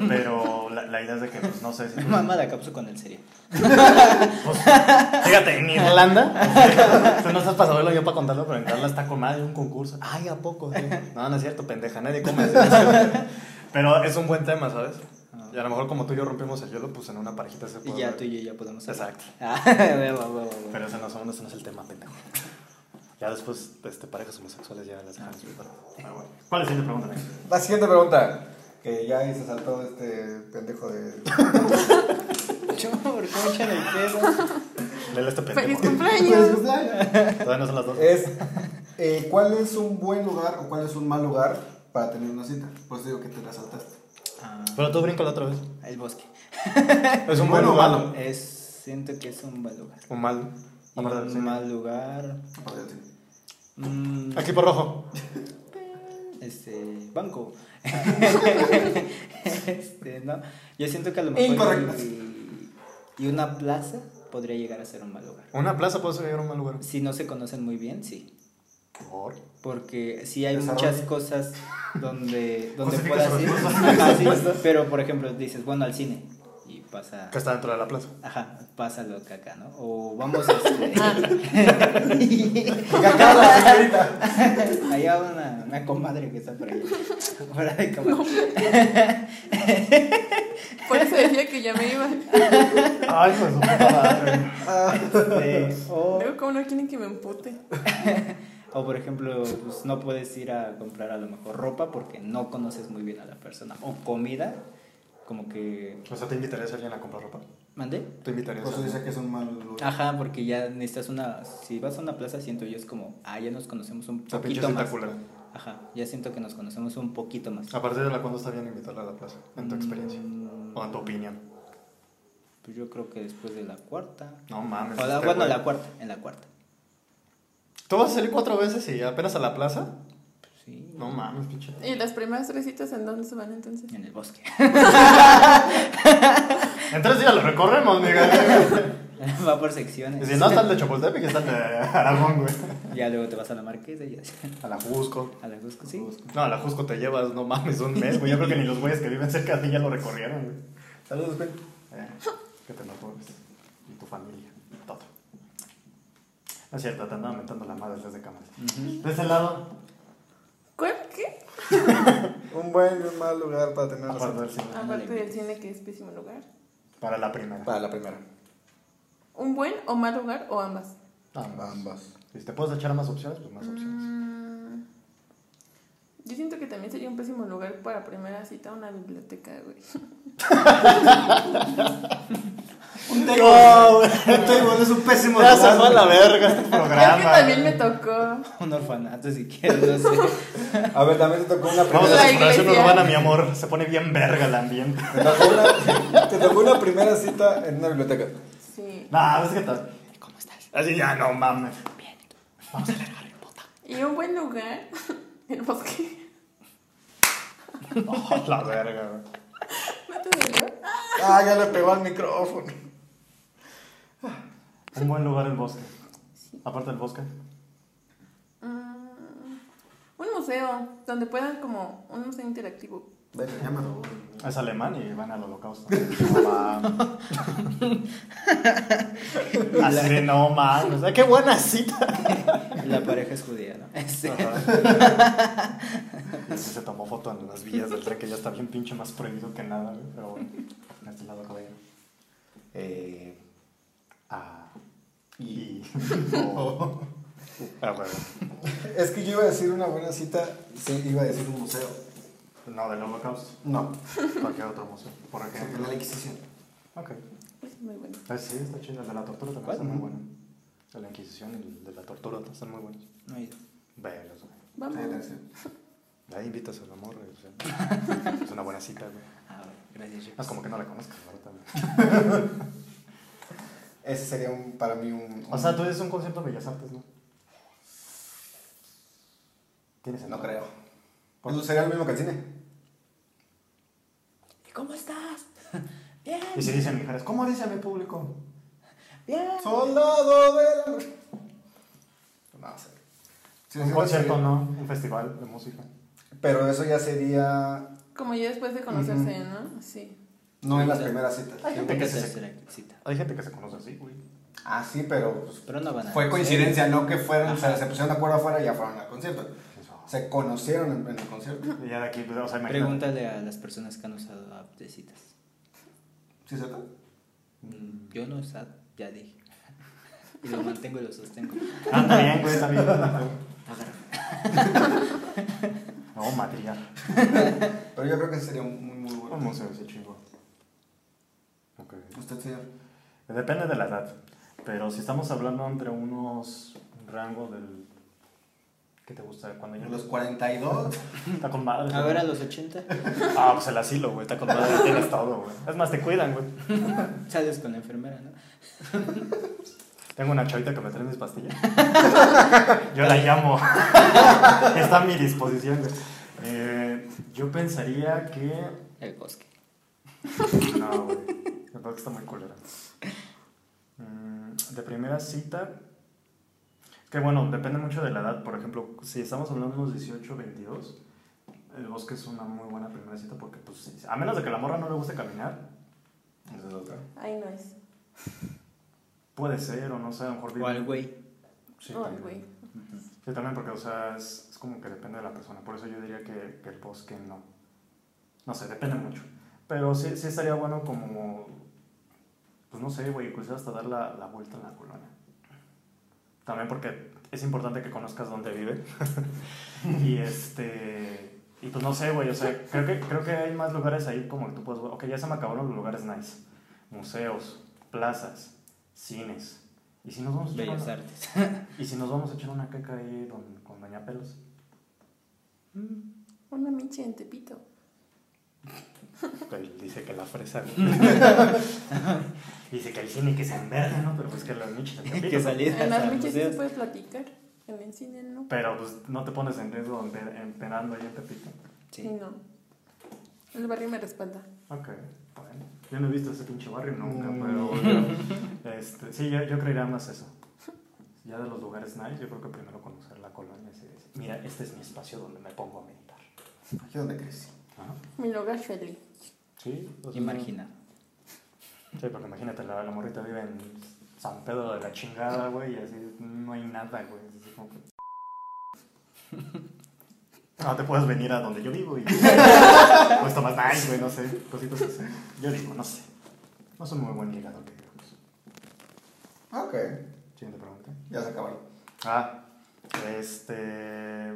[SPEAKER 1] Pero la, la idea es de que, pues no sé si... tú-
[SPEAKER 3] Mamá la capsu con el serio.
[SPEAKER 1] pues, fíjate, en Irlanda. Tú no estás para saberlo yo para contarlo, pero en Irlanda está con madre un concurso. Ay, ¿a poco? Sí. No, no es cierto, pendeja, nadie come así. Pero es un buen tema, ¿sabes? Y a lo mejor como tú y yo rompimos el hielo, pues en una parejita se puede.
[SPEAKER 3] Y ya
[SPEAKER 1] ver.
[SPEAKER 3] tú y yo ya podemos hablar.
[SPEAKER 1] Exacto.
[SPEAKER 3] Ah, huevo, huevo, huevo.
[SPEAKER 1] Pero ese no, son- ese no es el tema, pendejo. Ya después, este, parejas homosexuales ya las dejamos. Pero bueno. ¿Cuál es la siguiente pregunta? Nick?
[SPEAKER 4] La siguiente pregunta. Que ya ahí se saltó de este pendejo de.
[SPEAKER 3] Chumor, ¿cómo echan el pedo?
[SPEAKER 1] Lele este pendejo.
[SPEAKER 2] ¡Feliz cumpleaños!
[SPEAKER 4] Pues,
[SPEAKER 1] Todavía no son las dos.
[SPEAKER 4] es. eh, ¿Cuál es un buen lugar o cuál es un mal lugar para tener una cita? Por eso digo que te la saltaste.
[SPEAKER 3] Ah,
[SPEAKER 1] Pero tú brinco la otra vez.
[SPEAKER 3] el bosque.
[SPEAKER 1] Es un buen
[SPEAKER 4] Bueno,
[SPEAKER 1] lugar.
[SPEAKER 4] malo.
[SPEAKER 3] Es, siento que es un mal lugar.
[SPEAKER 1] Un mal. Un mal.
[SPEAKER 3] Un mal lugar.
[SPEAKER 4] Aparte de ti.
[SPEAKER 3] mm,
[SPEAKER 1] Aquí por rojo.
[SPEAKER 3] este. Banco. este, no. Yo siento que a lo mejor.
[SPEAKER 4] Incorrecto.
[SPEAKER 3] Y, y una plaza podría llegar a ser un mal lugar.
[SPEAKER 1] Una plaza puede ser un mal lugar.
[SPEAKER 3] Si no se conocen muy bien, sí.
[SPEAKER 1] Por.
[SPEAKER 3] Porque sí hay
[SPEAKER 4] Desarrollo. Pues
[SPEAKER 3] muchas cosas donde, donde
[SPEAKER 1] Justifica
[SPEAKER 3] puedas
[SPEAKER 1] su
[SPEAKER 3] ir.
[SPEAKER 1] respuesta.
[SPEAKER 3] Ajá, sí, pero por ejemplo, dices, bueno, al cine. Y pasa.
[SPEAKER 1] Que está dentro de la plaza.
[SPEAKER 3] Ajá, pasa lo que acá, ¿no? O vamos a. Allá va una, una comadre que está por ahí. Fuera de cámara.
[SPEAKER 2] Por eso decía que ya me iba.
[SPEAKER 1] Ay, pues.
[SPEAKER 4] Ah.
[SPEAKER 3] Este, o,
[SPEAKER 2] Luego, ¿cómo no quieren que me empute?
[SPEAKER 3] o, por ejemplo, pues, no puedes ir a comprar a lo mejor ropa porque no conoces muy bien a la persona. O comida, como que.
[SPEAKER 1] O sea, ¿te invitarías a alguien a comprar ropa?
[SPEAKER 3] ¿Mandé?
[SPEAKER 1] ¿Te invitarías
[SPEAKER 4] Por
[SPEAKER 1] a
[SPEAKER 3] Pues
[SPEAKER 4] eso dice que es un mal lugar.
[SPEAKER 3] Ajá, porque ya necesitas una. Si vas a una plaza, siento yo es como, ah, ya nos conocemos un
[SPEAKER 1] La pinche
[SPEAKER 3] poquito
[SPEAKER 1] cita
[SPEAKER 3] más.
[SPEAKER 1] culera.
[SPEAKER 3] Ajá, ya siento que nos conocemos un poquito más.
[SPEAKER 1] ¿A partir de la cuándo está bien invitarla a la plaza? Ah, En tu experiencia.
[SPEAKER 3] Mm,
[SPEAKER 1] O en tu opinión.
[SPEAKER 3] Pues yo creo que después de la cuarta.
[SPEAKER 1] No mames.
[SPEAKER 3] O la-
[SPEAKER 1] este
[SPEAKER 3] bueno,
[SPEAKER 1] güey.
[SPEAKER 3] la cuarta, en la cuarta.
[SPEAKER 1] ¿Tú vas a salir cuatro veces y apenas a la plaza?
[SPEAKER 3] Pues sí.
[SPEAKER 1] No mames, pinche.
[SPEAKER 2] ¿Y las primeras tres citas en dónde se van entonces?
[SPEAKER 3] En el bosque.
[SPEAKER 1] En tres días lo recorremos, nigga.
[SPEAKER 3] Va por
[SPEAKER 1] Y
[SPEAKER 3] secciones.
[SPEAKER 1] si no, está el de Chapultepec y está el de Aragón, güey.
[SPEAKER 3] Ya luego te vas a la marquesa y ya.
[SPEAKER 1] A la Jusco.
[SPEAKER 3] A la Cusco, sí.
[SPEAKER 1] No, a la Jusco te llevas, no mames, un mes, güey. Yo creo que ni los güeyes que viven cerca de ti ya lo recorrieron, güey.
[SPEAKER 4] Saludos, Ben.
[SPEAKER 1] Eh, que te lo pongas. Y tu familia. Todo. No es cierto, te andaba mentando la madre desde cámara. De ese lado,
[SPEAKER 2] ¿Cuál? ¿Qué?
[SPEAKER 4] Un buen y un mal lugar para tener una
[SPEAKER 1] aparte
[SPEAKER 4] cita.
[SPEAKER 1] del cine.
[SPEAKER 2] Aparte del cine, que es pésimo lugar.
[SPEAKER 1] Para la primera.
[SPEAKER 4] Para la primera.
[SPEAKER 2] ¿Un buen o mal lugar o ambas?
[SPEAKER 1] Ambas.
[SPEAKER 4] Ambas.
[SPEAKER 1] Y Si te puedes echar más opciones, pues más opciones.
[SPEAKER 2] Mm, Yo siento que también sería un pésimo lugar para primera cita una biblioteca, güey.
[SPEAKER 4] Un
[SPEAKER 1] No, güey.
[SPEAKER 4] table es un pésimo
[SPEAKER 1] Ya se fue a la verga este programa.
[SPEAKER 2] Creo que también me tocó.
[SPEAKER 3] Un orfanato, si quieres, no sé.
[SPEAKER 4] A ver, también te tocó una
[SPEAKER 1] Vamos a
[SPEAKER 2] La
[SPEAKER 4] primera.
[SPEAKER 1] la exploración
[SPEAKER 2] iglesia.
[SPEAKER 1] urbana, mi amor. Se pone bien verga el ambiente.
[SPEAKER 4] Te tocó una, te tocó una primera cita en una biblioteca.
[SPEAKER 2] Sí.
[SPEAKER 1] Nah, es que tal. ¿Cómo estás? Así ya, no mames.
[SPEAKER 2] Y un buen lugar, el bosque.
[SPEAKER 1] Oh, la verga, güey.
[SPEAKER 2] ¿No te dolió?
[SPEAKER 4] Ah, ya le pegó al micrófono.
[SPEAKER 1] Un buen lugar el bosque. Aparte del bosque.
[SPEAKER 2] Mm, Un museo, donde puedan como un museo interactivo.
[SPEAKER 4] Ven, llámalo.
[SPEAKER 1] Es alemán y van al holocausto. Guau. Así de no mames. ¡Qué buena cita!
[SPEAKER 3] La pareja es judía, ¿no? Este,
[SPEAKER 1] Ah. Ajá. Y así se tomó foto en las villas del tren que ya está bien pinche más prohibido que nada, güey, Pero bueno, en este lado caballero. Eh, ah, y. oh. Ah, bueno.
[SPEAKER 4] Es que yo iba a decir una buena cita, sí, iba a decir un museo.
[SPEAKER 1] No, del holocausto.
[SPEAKER 4] No,
[SPEAKER 1] Cualquier otro museo. Por
[SPEAKER 4] porque
[SPEAKER 1] ejemplo.
[SPEAKER 4] la Inquisición.
[SPEAKER 1] Ok.
[SPEAKER 2] Es muy bueno.
[SPEAKER 1] Ah, sí, está chido. El de la tortura también
[SPEAKER 3] ¿Cuál?
[SPEAKER 1] está muy bueno. El de la Inquisición y el de la tortura están muy buenos.
[SPEAKER 3] no he ido.
[SPEAKER 1] Velos, güey.
[SPEAKER 2] Vamos.
[SPEAKER 1] Ahí invitas a la morra. o sea, es una buena cita, güey.
[SPEAKER 3] Ah, bueno, gracias, chicos.
[SPEAKER 1] Es como que no la conozcas, ¿verdad?
[SPEAKER 4] Ese sería un, para mí un...
[SPEAKER 1] O sea, tú dices un concierto de Bellas Artes, ¿no? Tienes el
[SPEAKER 4] No creo.
[SPEAKER 1] ¿Por
[SPEAKER 4] Eso sería lo mismo que el cine.
[SPEAKER 3] ¿Y ¿Cómo estás? Bien,
[SPEAKER 1] Y si dicen mujeres, ¿cómo dice mi público?
[SPEAKER 3] bien.
[SPEAKER 2] Eh.
[SPEAKER 4] Soldado de la... No sé. Sí,
[SPEAKER 1] un
[SPEAKER 4] sí,
[SPEAKER 1] concierto,
[SPEAKER 4] sí.
[SPEAKER 1] ¿no? Un festival de música.
[SPEAKER 4] Pero eso ya sería...
[SPEAKER 2] Como ya después de conocerse, ¿no? Sí.
[SPEAKER 4] No en las primeras citas.
[SPEAKER 1] Ay. gente
[SPEAKER 3] Tengo
[SPEAKER 1] que
[SPEAKER 3] que
[SPEAKER 1] se-
[SPEAKER 3] hacer la cita.
[SPEAKER 1] Hay gente que se conoce así, güey.
[SPEAKER 4] Ah, sí, pero... pues,
[SPEAKER 3] Pero no van a.
[SPEAKER 4] fue coincidencia, no que fueron... O sea,
[SPEAKER 3] Ajá.
[SPEAKER 4] se pusieron de acuerdo afuera y ya fueron al concierto. Se conocieron en, en el concierto.
[SPEAKER 1] Y ya de aquí, pues, o sea, imagínate.
[SPEAKER 3] Pregúntale a las personas que han usado app de citas.
[SPEAKER 4] ¿Sí, cierto?
[SPEAKER 3] Mm, Yo no he usado, ya dije. Y lo mantengo y lo sostengo.
[SPEAKER 1] Ah, está bien, güey, está bien. No, material.
[SPEAKER 4] Pero yo creo que sería un muy, muy bueno.
[SPEAKER 1] Un museo ese chingo. Ok.
[SPEAKER 4] Usted, señor.
[SPEAKER 1] Depende de la edad. Pero si estamos hablando entre unos rango del. ¿Qué te gusta? Cuando yo.
[SPEAKER 4] Los 42.
[SPEAKER 1] Está con madre.
[SPEAKER 3] A
[SPEAKER 1] güey.
[SPEAKER 3] ver, a los 80,
[SPEAKER 1] Ah, pues el asilo, güey. Está con madre. Tienes todo, güey. Es más, te cuidan, güey.
[SPEAKER 3] sales con la enfermera, ¿no?
[SPEAKER 1] Tengo una chavita que me trae mis pastillas. Yo la llamo. Está a mi disposición, güey. Eh, yo pensaría que.
[SPEAKER 3] El bosque.
[SPEAKER 1] No, güey. Me parece que está muy culera. Mm, De primera cita. Que bueno, depende mucho de la edad. Por ejemplo, si estamos hablando de unos 18, 22, el bosque es una muy buena primera cita porque, pues, sí, a menos de que la morra no le guste caminar, esa es otra.
[SPEAKER 2] Ahí no es.
[SPEAKER 1] Puede ser, o no sé, a lo mejor
[SPEAKER 3] O
[SPEAKER 1] vive-
[SPEAKER 3] al güey.
[SPEAKER 1] Sí,
[SPEAKER 2] Oh,
[SPEAKER 1] también.
[SPEAKER 2] güey.
[SPEAKER 1] Sí, también porque, o sea, es, es como que depende de la persona. Por eso yo diría que, que el bosque no. No sé, depende mucho. Pero sí, sí estaría bueno como, pues no sé, güey, incluso hasta dar la, la vuelta en la colonia. También porque es importante que conozcas dónde vive. y este... Y pues no sé, güey, o sea, creo que, creo que hay más lugares ahí como que tú puedes... Ok, ya se me acabaron los lugares nice. Museos, plazas, cines. ¿Y si nos vamos a echar
[SPEAKER 3] Bellas
[SPEAKER 1] una-
[SPEAKER 3] Artes.
[SPEAKER 1] ¿Y si nos vamos a echar una caca ahí don- con Doña Pelos?
[SPEAKER 2] Una michi en Tepito.
[SPEAKER 1] Él Pues dice que la fresa. dice que el cine que se enverde, ¿no? Pero pues que la michi se
[SPEAKER 3] que salidas
[SPEAKER 2] En
[SPEAKER 3] a
[SPEAKER 2] las michis sí se
[SPEAKER 3] museos.
[SPEAKER 2] puede platicar. En el cine no.
[SPEAKER 1] Pero pues no te pones en riesgo empe- empeorando ahí en Tepito.
[SPEAKER 3] Sí.
[SPEAKER 2] No. El barrio me respalda.
[SPEAKER 1] Ok, bueno. Yo no he visto ese pinche barrio nunca, pero. yo- este, sí, yo, yo creería más eso. Ya de los lugares nice, yo creo que primero conocer la colonia. y decir, Mira, este es mi espacio donde me pongo a meditar.
[SPEAKER 4] Aquí donde crecí.
[SPEAKER 1] Ajá.
[SPEAKER 2] Mi lugar feliz.
[SPEAKER 1] Sí, o sea,
[SPEAKER 3] Imagina.
[SPEAKER 1] Sí, porque imagínate, la, la morrita vive en San Pedro de la chingada, güey, y así no hay nada, güey. es así como que- No te puedes venir a donde yo vivo y. Pues tomas nice, güey, no sé, cositas así. Yo digo, no sé. No soy muy buen ligador, que digamos.
[SPEAKER 4] Ah, ok.
[SPEAKER 1] Siguiente pregunta.
[SPEAKER 4] Ya se acabaron.
[SPEAKER 1] Ah, este.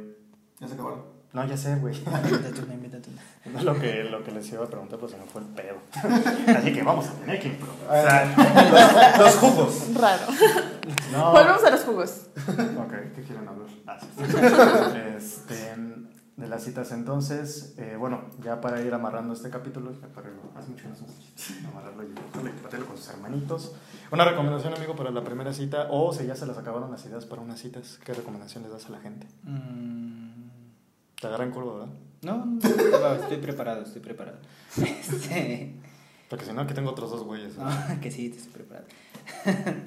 [SPEAKER 4] Ya se acabaron.
[SPEAKER 1] No, ya sé, güey.
[SPEAKER 3] Invéntate una, invéntate una.
[SPEAKER 1] Lo que, lo que les iba a preguntar, pues se me fue el pedo. Así que vamos a tener que improvisar.
[SPEAKER 4] los, los jugos.
[SPEAKER 2] Raro.
[SPEAKER 1] No.
[SPEAKER 2] Volvemos a los jugos.
[SPEAKER 1] Ok, ¿qué quieren hablar? Este, de las citas entonces, eh, bueno, ya para ir amarrando este capítulo, ya para irlo- hace mucho que no hacemos chistes, amarrarlo y cortarlo y compartirlo con sus hermanitos. Una recomendación, amigo, para la primera cita, o si ya se les acabaron las ideas para unas citas, ¿qué recomendación les das a la gente?
[SPEAKER 3] Mm,
[SPEAKER 1] Te agarran curva, ¿verdad?
[SPEAKER 3] No, no, no, estoy preparado, estoy preparado. Este.
[SPEAKER 1] Porque si no, aquí tengo otros dos güeyes. ¿no?
[SPEAKER 5] Ah.
[SPEAKER 3] No, que sí, te estoy preparado.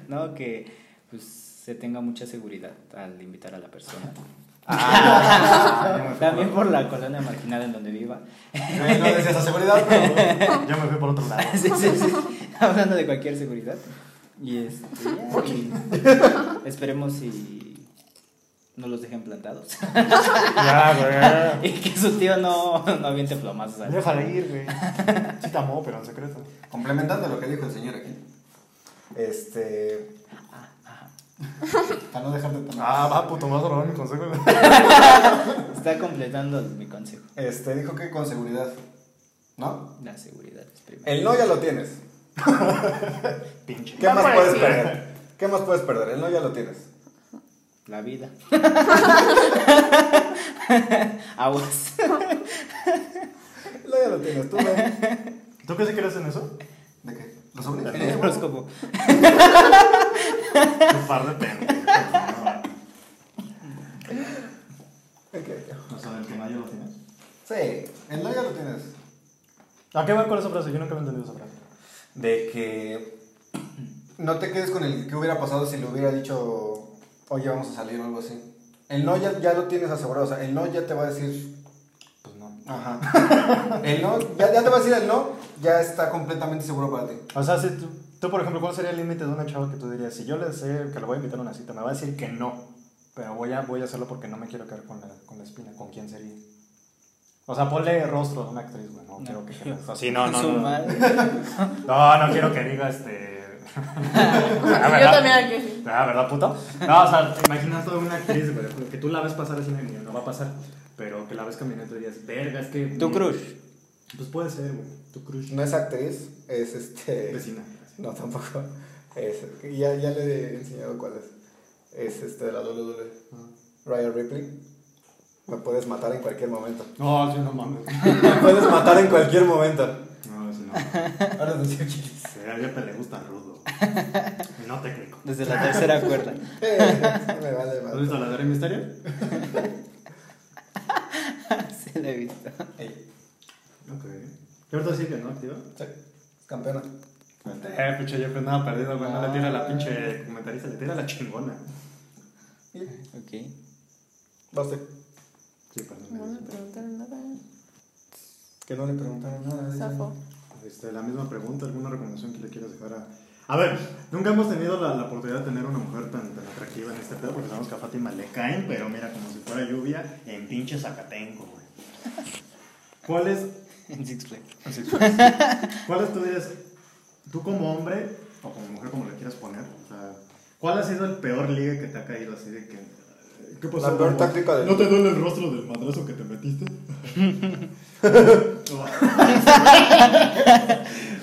[SPEAKER 3] no, que pues se tenga mucha seguridad al invitar a la persona.
[SPEAKER 4] Ah.
[SPEAKER 3] También por la colonia marginal en donde viva.
[SPEAKER 4] No, no decías a seguridad, pero.
[SPEAKER 1] Yo me fui por otro lado.
[SPEAKER 3] Sí, sí, sí. Hablando de cualquier seguridad. Y este, ya, y esperemos y no los dejen plantados.
[SPEAKER 5] Ya,
[SPEAKER 3] y que su tío no, no aviente plomazos. al-
[SPEAKER 1] Déjala ir, güey. Sí te amó, pero en secreto.
[SPEAKER 4] Complementando lo que dijo el señor aquí. Este. Para no dejar de tomar.
[SPEAKER 5] Ah, va, puto, me vas a robar mi consejo.
[SPEAKER 3] Está completando mi consejo.
[SPEAKER 4] Este, dijo que con seguridad. ¿No?
[SPEAKER 3] La seguridad es primero.
[SPEAKER 4] El no ya lo tienes.
[SPEAKER 1] Pinche.
[SPEAKER 4] ¿Qué
[SPEAKER 2] Va
[SPEAKER 4] más
[SPEAKER 2] por
[SPEAKER 4] puedes
[SPEAKER 2] ahí.
[SPEAKER 4] perder? ¿Qué más puedes perder? El no ya lo tienes.
[SPEAKER 3] La vida. Aguas.
[SPEAKER 4] El no ya lo tienes, tú ven.
[SPEAKER 1] ¿Tú qué se crees en eso?
[SPEAKER 4] ¿De qué? ¿Los
[SPEAKER 3] El
[SPEAKER 4] hombres?
[SPEAKER 3] horóscopo.
[SPEAKER 1] Un par de pendejos. ¿no? O sea, del que no ya lo tienes.
[SPEAKER 4] Sí, el no ya lo tienes.
[SPEAKER 1] ¿A qué va con esa frase? Yo nunca me he entendido esa frase.
[SPEAKER 4] De que no te quedes con el que hubiera pasado si le hubiera dicho, oye, vamos a salir o algo así. El no ya, ya lo tienes asegurado, o sea, el no ya te va a decir,
[SPEAKER 1] Pues no.
[SPEAKER 4] ajá. El no, ya, ya te va a decir el no, ya está completamente seguro para ti.
[SPEAKER 1] O sea, si tú, tú, por ejemplo, ¿cuál sería el límite de una chava que tú dirías? Si yo le sé que le voy a invitar a una cita, me va a decir que no, pero voy a, voy a hacerlo porque no me quiero quedar con la, con la espina. ¿Con quién sería? O sea, ponle rostro de una actriz, güey. No, quiero que digas así, no, no,
[SPEAKER 3] Su
[SPEAKER 1] no. No,
[SPEAKER 3] madre.
[SPEAKER 1] no, no quiero que diga este. Ah,
[SPEAKER 2] Yo
[SPEAKER 1] ¿verdad?
[SPEAKER 2] también aquí. así.
[SPEAKER 1] Ah, ¿verdad, puto? No, o sea, te imaginas toda una actriz, güey, que tú la ves pasar así, no, no va a pasar, pero que la ves caminando y tú dirías, verga, es que.
[SPEAKER 3] Tu crush.
[SPEAKER 1] Pues puede ser, güey. Tu crush.
[SPEAKER 4] No es actriz, es este...
[SPEAKER 1] Vecina.
[SPEAKER 4] No, tampoco. Es, ya, ya le he enseñado cuál es. Es este de la WWE. Ryan Ripley. Me puedes matar en cualquier momento.
[SPEAKER 1] No, sí, no mames.
[SPEAKER 4] Me puedes matar en cualquier momento.
[SPEAKER 1] No, sí, no.
[SPEAKER 4] Ahora te digo quién es.
[SPEAKER 1] Sí, a ella te le gusta rudo. No técnico.
[SPEAKER 3] Desde la tercera cuerda.
[SPEAKER 4] Eh, me vale
[SPEAKER 1] ¿Has
[SPEAKER 4] madre.
[SPEAKER 1] visto la serie Misterio?
[SPEAKER 3] Se la he visto.
[SPEAKER 4] Ey,
[SPEAKER 1] Ok. ¿Qué ahorita sigue, no? ¿Activa?
[SPEAKER 4] sí, campeona.
[SPEAKER 1] Eh, pinche Jeff, nada perdido, güey. No le tira a
[SPEAKER 3] Ah.
[SPEAKER 1] la pinche comentarista, le tira a la chingona.
[SPEAKER 4] Y
[SPEAKER 3] Ok.
[SPEAKER 4] Basta.
[SPEAKER 1] Sí,
[SPEAKER 2] No me
[SPEAKER 1] perdón.
[SPEAKER 2] preguntaron nada.
[SPEAKER 4] Que no le preguntaron nada. dice.
[SPEAKER 2] Zafo.
[SPEAKER 1] Este, la misma pregunta, ¿alguna recomendación que le quieras dejar a.? A ver, nunca hemos tenido la, la oportunidad de tener una mujer tan, tan atractiva en este pedo, porque sabemos que a Fátima le caen, pero mira, como si fuera lluvia en pinche Zacatenco, güey. ¿Cuál es
[SPEAKER 3] En Six Flags.
[SPEAKER 1] Así es. ¿Cuáles tú dirías, tú como hombre o como mujer, como le quieras poner, o sea, cuál ha sido el peor ligue que te ha caído así de que... eh, ¿Qué
[SPEAKER 4] La peor
[SPEAKER 1] amor?
[SPEAKER 4] táctica del-
[SPEAKER 1] ¿No te duele el rostro del madrazo que te metiste?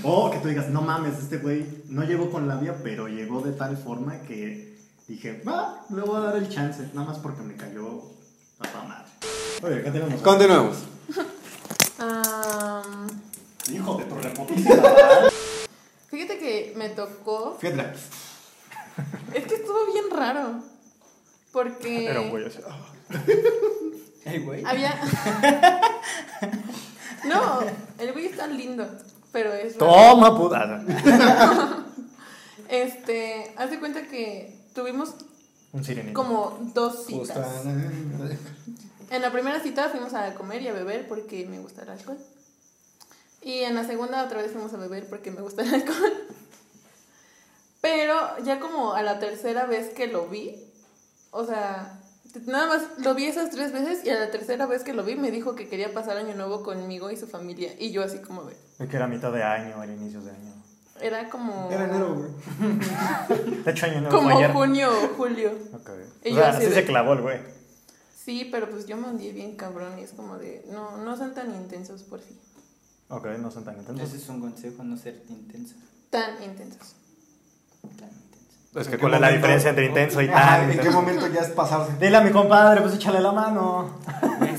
[SPEAKER 1] o que tú digas, no mames, este güey no llegó con labia, pero llegó de tal forma que dije, va, le voy a dar el chance, nada más porque me cayó a toda madre. Oye, acá tenemos...
[SPEAKER 4] Continuemos.
[SPEAKER 2] Am,
[SPEAKER 1] Hijo de tu
[SPEAKER 2] fíjate que me tocó.
[SPEAKER 4] Fietra.
[SPEAKER 2] Es que estuvo bien raro. Porque.
[SPEAKER 5] Era un güey así.
[SPEAKER 1] "Ah,
[SPEAKER 3] Ay, güey.
[SPEAKER 2] Había. no, el güey está lindo. Pero es. raro.
[SPEAKER 5] Toma, putada.
[SPEAKER 2] Este. Haz de cuenta que tuvimos
[SPEAKER 5] Un sirenito.
[SPEAKER 2] como dos
[SPEAKER 4] Pues,
[SPEAKER 2] citas.
[SPEAKER 4] Justa.
[SPEAKER 2] En la primera cita fuimos a comer y a beber porque me gusta el alcohol. Y en la segunda otra vez fuimos a beber porque me gusta el alcohol. Pero ya como a la tercera vez que lo vi, o sea, nada más lo vi esas tres veces y a la tercera vez que lo vi me dijo que quería pasar año nuevo conmigo y su familia. Y yo así como de...
[SPEAKER 1] Es que era mitad de año, era inicios de año.
[SPEAKER 2] Era como...
[SPEAKER 4] Era enero, güey.
[SPEAKER 1] De hecho, año nuevo fue
[SPEAKER 2] Como
[SPEAKER 1] ayer.
[SPEAKER 2] junio o julio.
[SPEAKER 1] Ok.
[SPEAKER 2] Y
[SPEAKER 1] O
[SPEAKER 2] yo
[SPEAKER 1] sea,
[SPEAKER 2] así
[SPEAKER 1] así
[SPEAKER 2] de-
[SPEAKER 1] se clavó el güey.
[SPEAKER 2] Sí, pero pues yo me hundí bien cabrón y es como de... No, no sean tan intensos por fin.
[SPEAKER 1] Ok, no son tan intensos.
[SPEAKER 3] Ese es un consejo, no ser intenso.
[SPEAKER 2] Tan intensos.
[SPEAKER 3] Tan intenso.
[SPEAKER 5] Es que cuál
[SPEAKER 4] ¿En qué
[SPEAKER 5] es la
[SPEAKER 4] momento?
[SPEAKER 5] diferencia entre intenso y
[SPEAKER 4] Ajá,
[SPEAKER 5] tan
[SPEAKER 4] ¿En qué
[SPEAKER 5] intenso.
[SPEAKER 4] momento ya es pasarse?
[SPEAKER 1] Dile a mi compadre, pues échale la mano.
[SPEAKER 3] Te
[SPEAKER 2] Porque-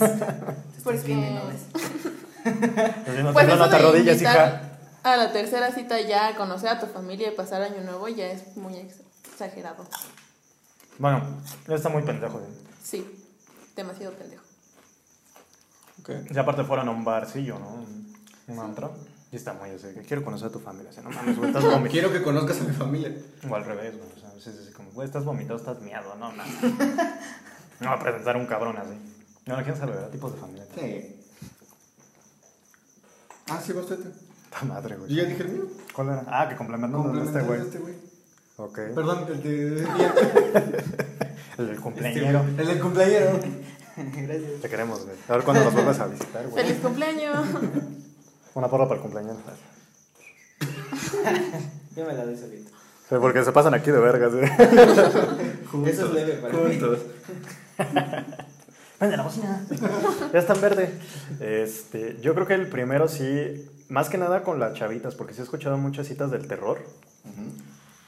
[SPEAKER 3] estás viendo y no ves.
[SPEAKER 1] Pues no
[SPEAKER 2] Pues
[SPEAKER 1] te,
[SPEAKER 2] eso
[SPEAKER 1] no te
[SPEAKER 2] de
[SPEAKER 1] arrodilles, hija.
[SPEAKER 2] invitar A la tercera cita ya a conocer a tu familia y pasar año nuevo ya es muy ex- exagerado.
[SPEAKER 1] Bueno, él está muy pendejo. güey.
[SPEAKER 2] Sí, demasiado pendejo.
[SPEAKER 1] Y aparte fueron a un barcillo, ¿no? Un un antro. Y está muy así, que quiero conocer a tu familia. Así, no mames, güey, estás vomitado.
[SPEAKER 4] Quiero que conozcas a mi familia.
[SPEAKER 1] o al revés, güey. O sea, sí, sí, sí, como, güey, estás vomitado, estás miado, no mames. No va a presentar un cabrón así. No, quién sabe, ¿verdad? Tipos de familia.
[SPEAKER 4] Sí. Ah, sí, bastante.
[SPEAKER 1] Puta madre,
[SPEAKER 4] Yo ya
[SPEAKER 1] güey.
[SPEAKER 4] dije el mío.
[SPEAKER 1] ¿Cuál era? Ah, que complementando de este
[SPEAKER 4] Complementario
[SPEAKER 1] güey.
[SPEAKER 4] de este güey.
[SPEAKER 1] Ok.
[SPEAKER 4] Perdón, el de. Este,
[SPEAKER 1] El del cumpleañero.
[SPEAKER 4] el del cumpleañero.
[SPEAKER 3] Gracias.
[SPEAKER 1] Te queremos, güey. A ver cuándo nos vuelves a visitar, güey.
[SPEAKER 2] ¡Feliz cumpleaños!
[SPEAKER 1] Una porra para el cumpleañero.
[SPEAKER 3] Yo me la doy solito.
[SPEAKER 1] Sí, porque se pasan aquí de vergas, güey.
[SPEAKER 3] Eso es leve para mí.
[SPEAKER 4] Juntos.
[SPEAKER 1] Prende la bocina. ya está en verde. Este, yo creo que el primero sí, más que nada con las chavitas, porque sí he escuchado muchas citas del terror.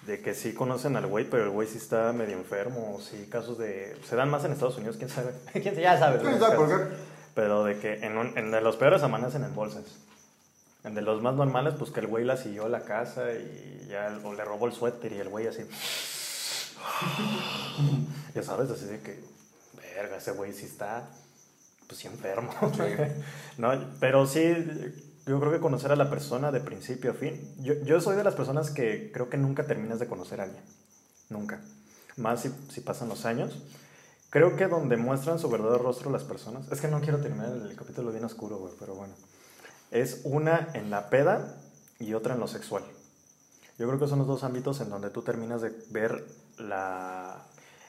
[SPEAKER 1] De que sí conocen al güey, pero el güey sí está medio enfermo. o Sí, casos de. Se dan más en Estados Unidos, quién sabe. ¿Quién sabe? Ya sabes.
[SPEAKER 4] ¿Quién
[SPEAKER 1] los
[SPEAKER 4] sabe por
[SPEAKER 1] casos.
[SPEAKER 4] qué?
[SPEAKER 1] Pero de que en, un- en de los peores amanecen en bolsas. En de los más normales, pues que el güey la siguió a la casa y ya o le robó el suéter y el güey así. ya sabes, así de que. Verga, ese güey sí está. Pues sí enfermo. no, pero sí, yo creo que conocer a la persona de principio a fin. Yo, yo soy de las personas que creo que nunca terminas de conocer a alguien. Nunca. Más si, si pasan los años. Creo que donde muestran su verdadero rostro las personas. Es que no quiero terminar el capítulo bien oscuro, güey, pero bueno. Es una en la peda y otra en lo sexual. Yo creo que son los dos ámbitos en donde tú terminas de ver la.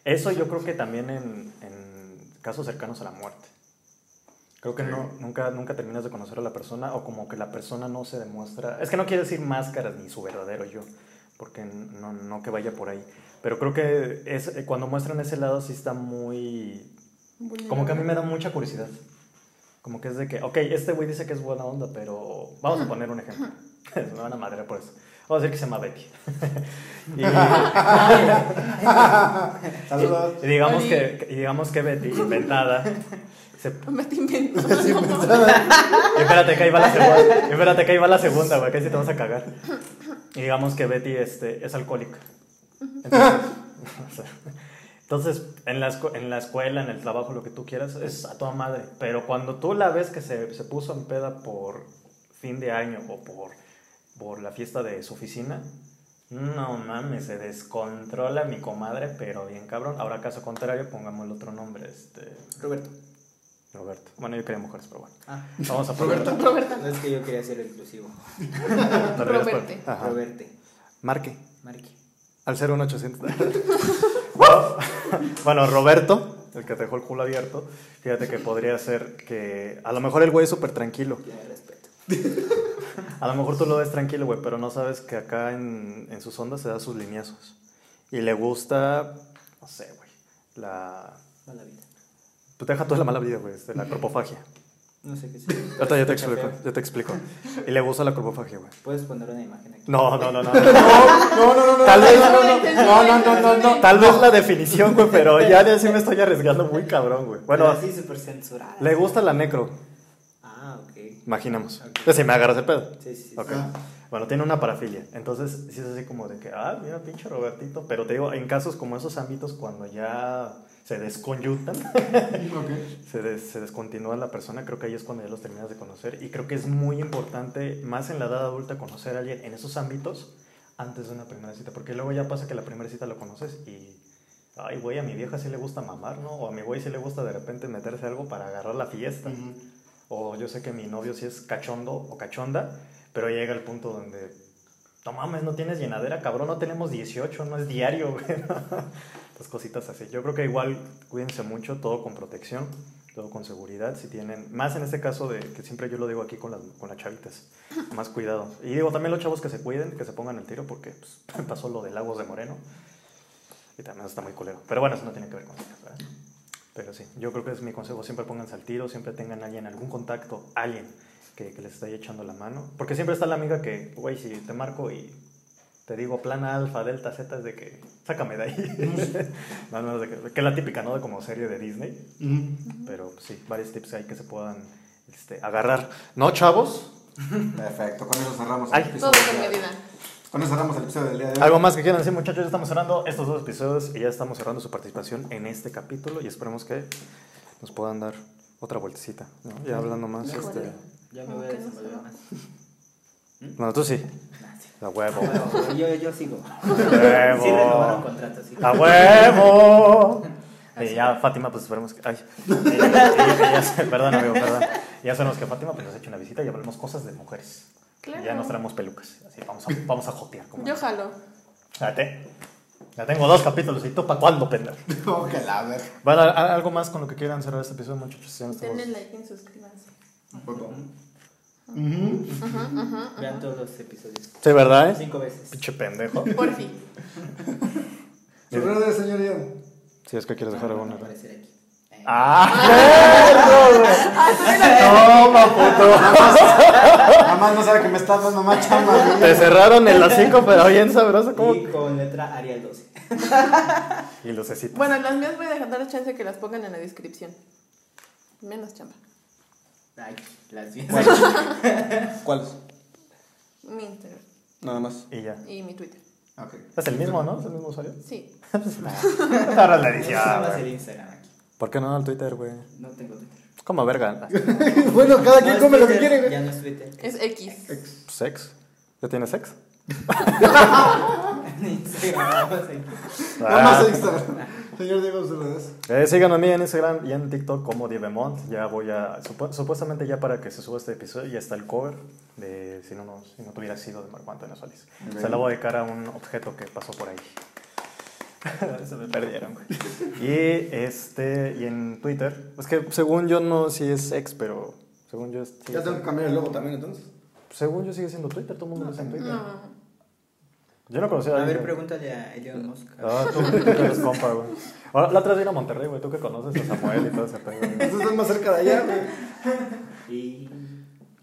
[SPEAKER 1] Eso yo creo que también en, en casos cercanos a la muerte. Creo que no, nunca, nunca terminas de conocer a la persona o como que la persona no se demuestra. Es que no quiere decir máscaras ni su verdadero yo, porque no, no que vaya por ahí. Pero creo que es, eh, cuando muestran ese lado sí está muy como que a mí me da mucha curiosidad. Como que es de que, ok, este güey dice que es buena onda, pero vamos a poner un ejemplo. me van a madrear por eso. Vamos a decir que se llama Betty. y,
[SPEAKER 4] Saludos.
[SPEAKER 1] y digamos
[SPEAKER 2] Oli.
[SPEAKER 1] que, y digamos que Betty, inventada, se,
[SPEAKER 2] Me te invento.
[SPEAKER 4] Sí, pensaba.
[SPEAKER 1] y espérate que ahí va la segunda, y espérate que ahí va la segunda, güey, que ahí sí te vas a cagar. Y digamos que Betty este, es alcohólica. Entonces, o sea, entonces, en, la escu- en la escuela, en el trabajo, lo que tú quieras, es a toda madre. Pero cuando tú la ves que se, se puso en peda por fin de año o por, por la fiesta de su oficina, no mames, se descontrola mi comadre, pero bien cabrón. Ahora, caso contrario, pongamos el otro nombre, este,
[SPEAKER 3] Roberto.
[SPEAKER 1] Roberto. Bueno, yo quería mujeres, pero bueno.
[SPEAKER 3] Ah,
[SPEAKER 1] Vamos a poner
[SPEAKER 2] Roberta.
[SPEAKER 3] no es que yo quería ser inclusivo.
[SPEAKER 1] No te vayas por-
[SPEAKER 2] Roberte.
[SPEAKER 1] Ajá.
[SPEAKER 3] Roberto.
[SPEAKER 1] Marque.
[SPEAKER 3] Marqui.
[SPEAKER 1] Al 01800. bueno, Roberto, el que te dejó el culo abierto, fíjate que podría ser que. A lo mejor el güey es súper tranquilo.
[SPEAKER 3] Yo me respeto.
[SPEAKER 1] A lo mejor tú lo ves tranquilo, güey, pero no sabes que acá en, en sus ondas se da sus lineazos. Y le gusta. No sé, güey. La.
[SPEAKER 3] Mala vida.
[SPEAKER 1] Pues deja toda la mala vida, güey, de la corpofagia.
[SPEAKER 3] No sé qué sea.
[SPEAKER 1] Ahorita yo
[SPEAKER 3] Escucha
[SPEAKER 1] te explico,
[SPEAKER 3] feo.
[SPEAKER 1] yo te explico. Y le gusta la corpofagia, güey.
[SPEAKER 3] Puedes poner una imagen aquí.
[SPEAKER 1] No, no, no, no.
[SPEAKER 4] No, no, no, no.
[SPEAKER 1] Tal vez-
[SPEAKER 4] No, no, no, no, no.
[SPEAKER 1] Tal vez la definición, güey, pero ya de así me estoy arriesgando muy cabrón, güey.
[SPEAKER 3] Bueno,
[SPEAKER 1] Bueno,
[SPEAKER 3] así súper censurada.
[SPEAKER 1] le gusta la necro,
[SPEAKER 3] Ah, ok.
[SPEAKER 1] imaginamos.
[SPEAKER 3] Ok.
[SPEAKER 1] Pues si me agarras el pedo.
[SPEAKER 3] Sí, sí, sí.
[SPEAKER 1] Ok.
[SPEAKER 4] Ah.
[SPEAKER 1] Bueno, tiene una parafilia. Entonces, sí es así como de que, ah, mira, pinche Robertito. Pero te digo, en casos como esos ámbitos, cuando ya se desconyutan,
[SPEAKER 4] Ok.
[SPEAKER 1] se, des- se descontinúa la persona, creo que ahí es cuando ya los terminas de conocer. Y creo que es muy importante, más en la edad adulta, conocer a alguien en esos ámbitos antes de una primera cita. Porque luego ya pasa que la primera cita lo conoces y. Ay, güey, a mi vieja sí le gusta mamar, ¿no? O a mi güey sí le gusta de repente meterse algo para agarrar la fiesta. O yo sé que mi novio sí es cachondo o cachonda, pero llega el punto donde. No mames, no tienes llenadera, cabrón, no tenemos 18, no es diario, güey. Estas cositas así. Yo creo que igual cuídense mucho, todo con protección, todo con seguridad. Si tienen, más en este caso de que siempre yo lo digo aquí con las, con las chavitas, más cuidado. Y digo también los chavos que se cuiden, que se pongan el tiro, porque pues, pasó lo de Lagos de Moreno. Y también está muy culero. Pero bueno, eso no tiene que ver con chicas, ¿verdad? Pero sí, yo creo que es mi consejo. Siempre pónganse al tiro, siempre tengan alguien, algún contacto, alguien que, que les esté echando la mano. Porque siempre está la amiga que, güey, si te marco y te digo plana, alfa, delta, zeta, es de que sácame de ahí. no, no, es de que, que es la típica, ¿no? De como serie de Disney.
[SPEAKER 3] Mm.
[SPEAKER 1] Pero pues, sí, varios tips hay que se puedan este, agarrar. ¿No, chavos?
[SPEAKER 4] Perfecto, con eso cerramos el
[SPEAKER 1] Ay.
[SPEAKER 2] Todo
[SPEAKER 4] episodio.
[SPEAKER 2] con
[SPEAKER 4] del día.
[SPEAKER 2] medida.
[SPEAKER 4] Con eso cerramos el episodio del día de hoy.
[SPEAKER 1] ¿Algo más que quieran decir, muchachos? Ya estamos cerrando estos dos episodios y ya estamos cerrando su participación en este capítulo y esperemos que nos puedan dar otra vueltecita, ¿no? Ya hablando más,
[SPEAKER 2] Híjole.
[SPEAKER 1] este...
[SPEAKER 3] Ya me
[SPEAKER 2] Como
[SPEAKER 3] voy a
[SPEAKER 2] que no
[SPEAKER 3] desenvolver
[SPEAKER 2] sé.
[SPEAKER 3] más.
[SPEAKER 1] Bueno, tú sí. A huevo.
[SPEAKER 3] Bueno, yo, yo sigo.
[SPEAKER 1] A
[SPEAKER 3] Sí renovaron
[SPEAKER 1] huevo.
[SPEAKER 3] contrato, sí.
[SPEAKER 1] A huevo. Eh, ya Fátima, pues esperemos que... Ay, Ella- ella- ella se- perdón, amigo, perdón. Ya sabemos que Fátima pues, nos ha hecho una visita y hablamos cosas de mujeres.
[SPEAKER 2] Claro.
[SPEAKER 1] Ya nos traemos pelucas. Así vamos a, vamos a jotear. Como
[SPEAKER 2] Yo
[SPEAKER 1] dicen.
[SPEAKER 2] jalo.
[SPEAKER 1] Espérate. Ya tengo dos capítulos. ¿Y tú para cuándo, pendejo?
[SPEAKER 4] Como que la ver.
[SPEAKER 1] Bueno, ¿al- ¿algo más con lo que quieran cerrar este episodio, muchachos? Ya nos estamos-
[SPEAKER 2] Denle like y suscríbanse.
[SPEAKER 4] Un poco.
[SPEAKER 3] Vean todos los episodios.
[SPEAKER 1] Sí, ¿verdad? eh?
[SPEAKER 3] Cinco veces.
[SPEAKER 1] Pinche pendejo.
[SPEAKER 2] Por fin.
[SPEAKER 4] Sus redes, señor Ian.
[SPEAKER 1] Si es que quieres dejar alguna.
[SPEAKER 3] Aparecer aquí. Eh,
[SPEAKER 1] ¡Ah! ¡Toma, puto!
[SPEAKER 4] Mamá no sabe que me estás dando más chamba. güey.
[SPEAKER 1] Te cerraron en las 5, pero bien sabroso. ¿cómo?
[SPEAKER 3] Y con letra Arial 12.
[SPEAKER 1] Y lucecita.
[SPEAKER 2] Bueno, las mías voy a dejar dar chance que las pongan en la descripción. Menos chamba.
[SPEAKER 3] Ay, las vi.
[SPEAKER 4] ¿Cuáles?
[SPEAKER 2] Mi Instagram
[SPEAKER 4] Nada más.
[SPEAKER 1] Y ya.
[SPEAKER 2] y mi Twitter.
[SPEAKER 4] Ok.
[SPEAKER 1] Es el mismo, ¿no? Es el mismo usuario.
[SPEAKER 2] Sí.
[SPEAKER 1] Ahora la edición,
[SPEAKER 3] Nada más
[SPEAKER 1] güey.
[SPEAKER 3] el Instagram aquí.
[SPEAKER 1] ¿Por qué no al Twitter, güey?
[SPEAKER 3] No tengo Twitter.
[SPEAKER 1] Como verga.
[SPEAKER 4] Bueno, cada quien
[SPEAKER 3] No es
[SPEAKER 4] come lo que
[SPEAKER 3] Twitter,
[SPEAKER 4] quiere, güey.
[SPEAKER 3] Ya no es Twitter.
[SPEAKER 2] Es X.
[SPEAKER 1] ¿Sex? ¿Ya tienes sex?
[SPEAKER 3] Instagram. nada más aquí.
[SPEAKER 4] Nada
[SPEAKER 1] Ah.
[SPEAKER 4] más el Instagram. Señor Diego, sus redes.
[SPEAKER 1] Eh, síganme a mí en Instagram y en TikTok como Diebemont. Ya voy a. supu- supuestamente ya para que se suba este episodio ya está el cover de Si no, nos- si no tuviera sido de Marco Antonio Solís. Se lo voy a dedicar a un objeto que pasó por ahí. se me perdieron, güey. Y, este, y en Twitter. Es que según yo no si es ex, pero según yo. es- sí
[SPEAKER 4] Ya
[SPEAKER 1] es-
[SPEAKER 4] tengo que cambiar el logo también, entonces.
[SPEAKER 1] según yo sigue siendo Twitter, todo el mundo lo usa en Twitter.
[SPEAKER 2] No.
[SPEAKER 1] Yo no conocía
[SPEAKER 3] A ver,
[SPEAKER 1] alguien-
[SPEAKER 3] pregúntale a Elon Musk.
[SPEAKER 1] Ah, tú, tú que eres compa, güey. Ahora, La otra vez vino a Monterrey, güey. Tú que conoces a Samuel y todo ese pedo, güey.
[SPEAKER 4] Ustedes están más cerca de allá, güey.
[SPEAKER 3] Y.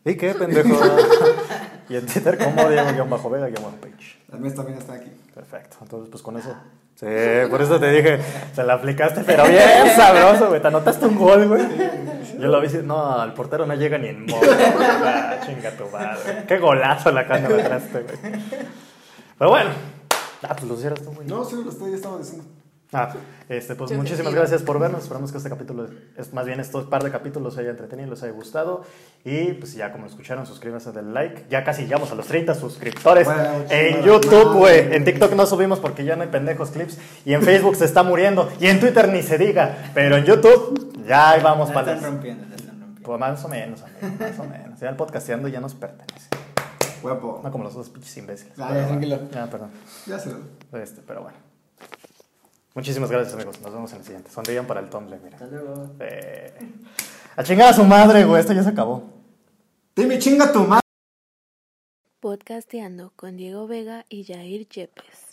[SPEAKER 1] ¿Y qué, pendejo? y en Twitter como Diego-Vega-Page.
[SPEAKER 4] Las mías también están aquí.
[SPEAKER 1] Perfecto. Entonces, pues con eso. Sí, por eso te dije, se la aplicaste, pero bien sabroso, güey. Te anotaste un gol, güey. Yo lo vi y no, el portero no llega ni en modo. Ah, Chinga tu madre. Qué golazo la cara me traste, güey. Pero bueno. Ah, pues lo cierras tú, güey.
[SPEAKER 4] No, sí, lo estoy, estaba diciendo.
[SPEAKER 1] Ah, este, pues
[SPEAKER 2] Yo te
[SPEAKER 1] muchísimas
[SPEAKER 2] sigo.
[SPEAKER 1] gracias por vernos. Esperamos que este capítulo, es, más bien estos par de capítulos, los haya entretenido, les haya gustado. Y pues ya como lo escucharon, suscríbanse, denle like. Ya casi llegamos a los 30 suscriptores
[SPEAKER 4] Bueno,
[SPEAKER 1] en
[SPEAKER 4] chingada
[SPEAKER 1] YouTube,
[SPEAKER 4] madre.
[SPEAKER 1] güey. En TikTok no subimos porque ya no hay pendejos clips. Y en Facebook se está muriendo. Y en Twitter ni se diga. Pero en YouTube ya ahí vamos
[SPEAKER 3] La
[SPEAKER 1] para
[SPEAKER 3] están
[SPEAKER 1] las...
[SPEAKER 3] rompiendo, la están rompiendo.
[SPEAKER 1] Pues más o menos, amigo, más o menos. Ya el podcasteando ya nos pertenece.
[SPEAKER 4] Guapo.
[SPEAKER 1] No como los otros pinches imbéciles.
[SPEAKER 4] Ah, ya,
[SPEAKER 1] Pero bueno.
[SPEAKER 4] tranquilo.
[SPEAKER 1] Ah, perdón.
[SPEAKER 4] Ya se lo.
[SPEAKER 1] Este, pero bueno. Muchísimas gracias, amigos. Nos vemos en el siguiente. Sonrían para el Tumblr, mira.
[SPEAKER 3] Hasta luego.
[SPEAKER 1] Eh, A chingar a su madre, güey. Esto ya se acabó.
[SPEAKER 4] Timmy, chinga tu madre.
[SPEAKER 6] Podcasteando con Diego Vega y Jair Yepes.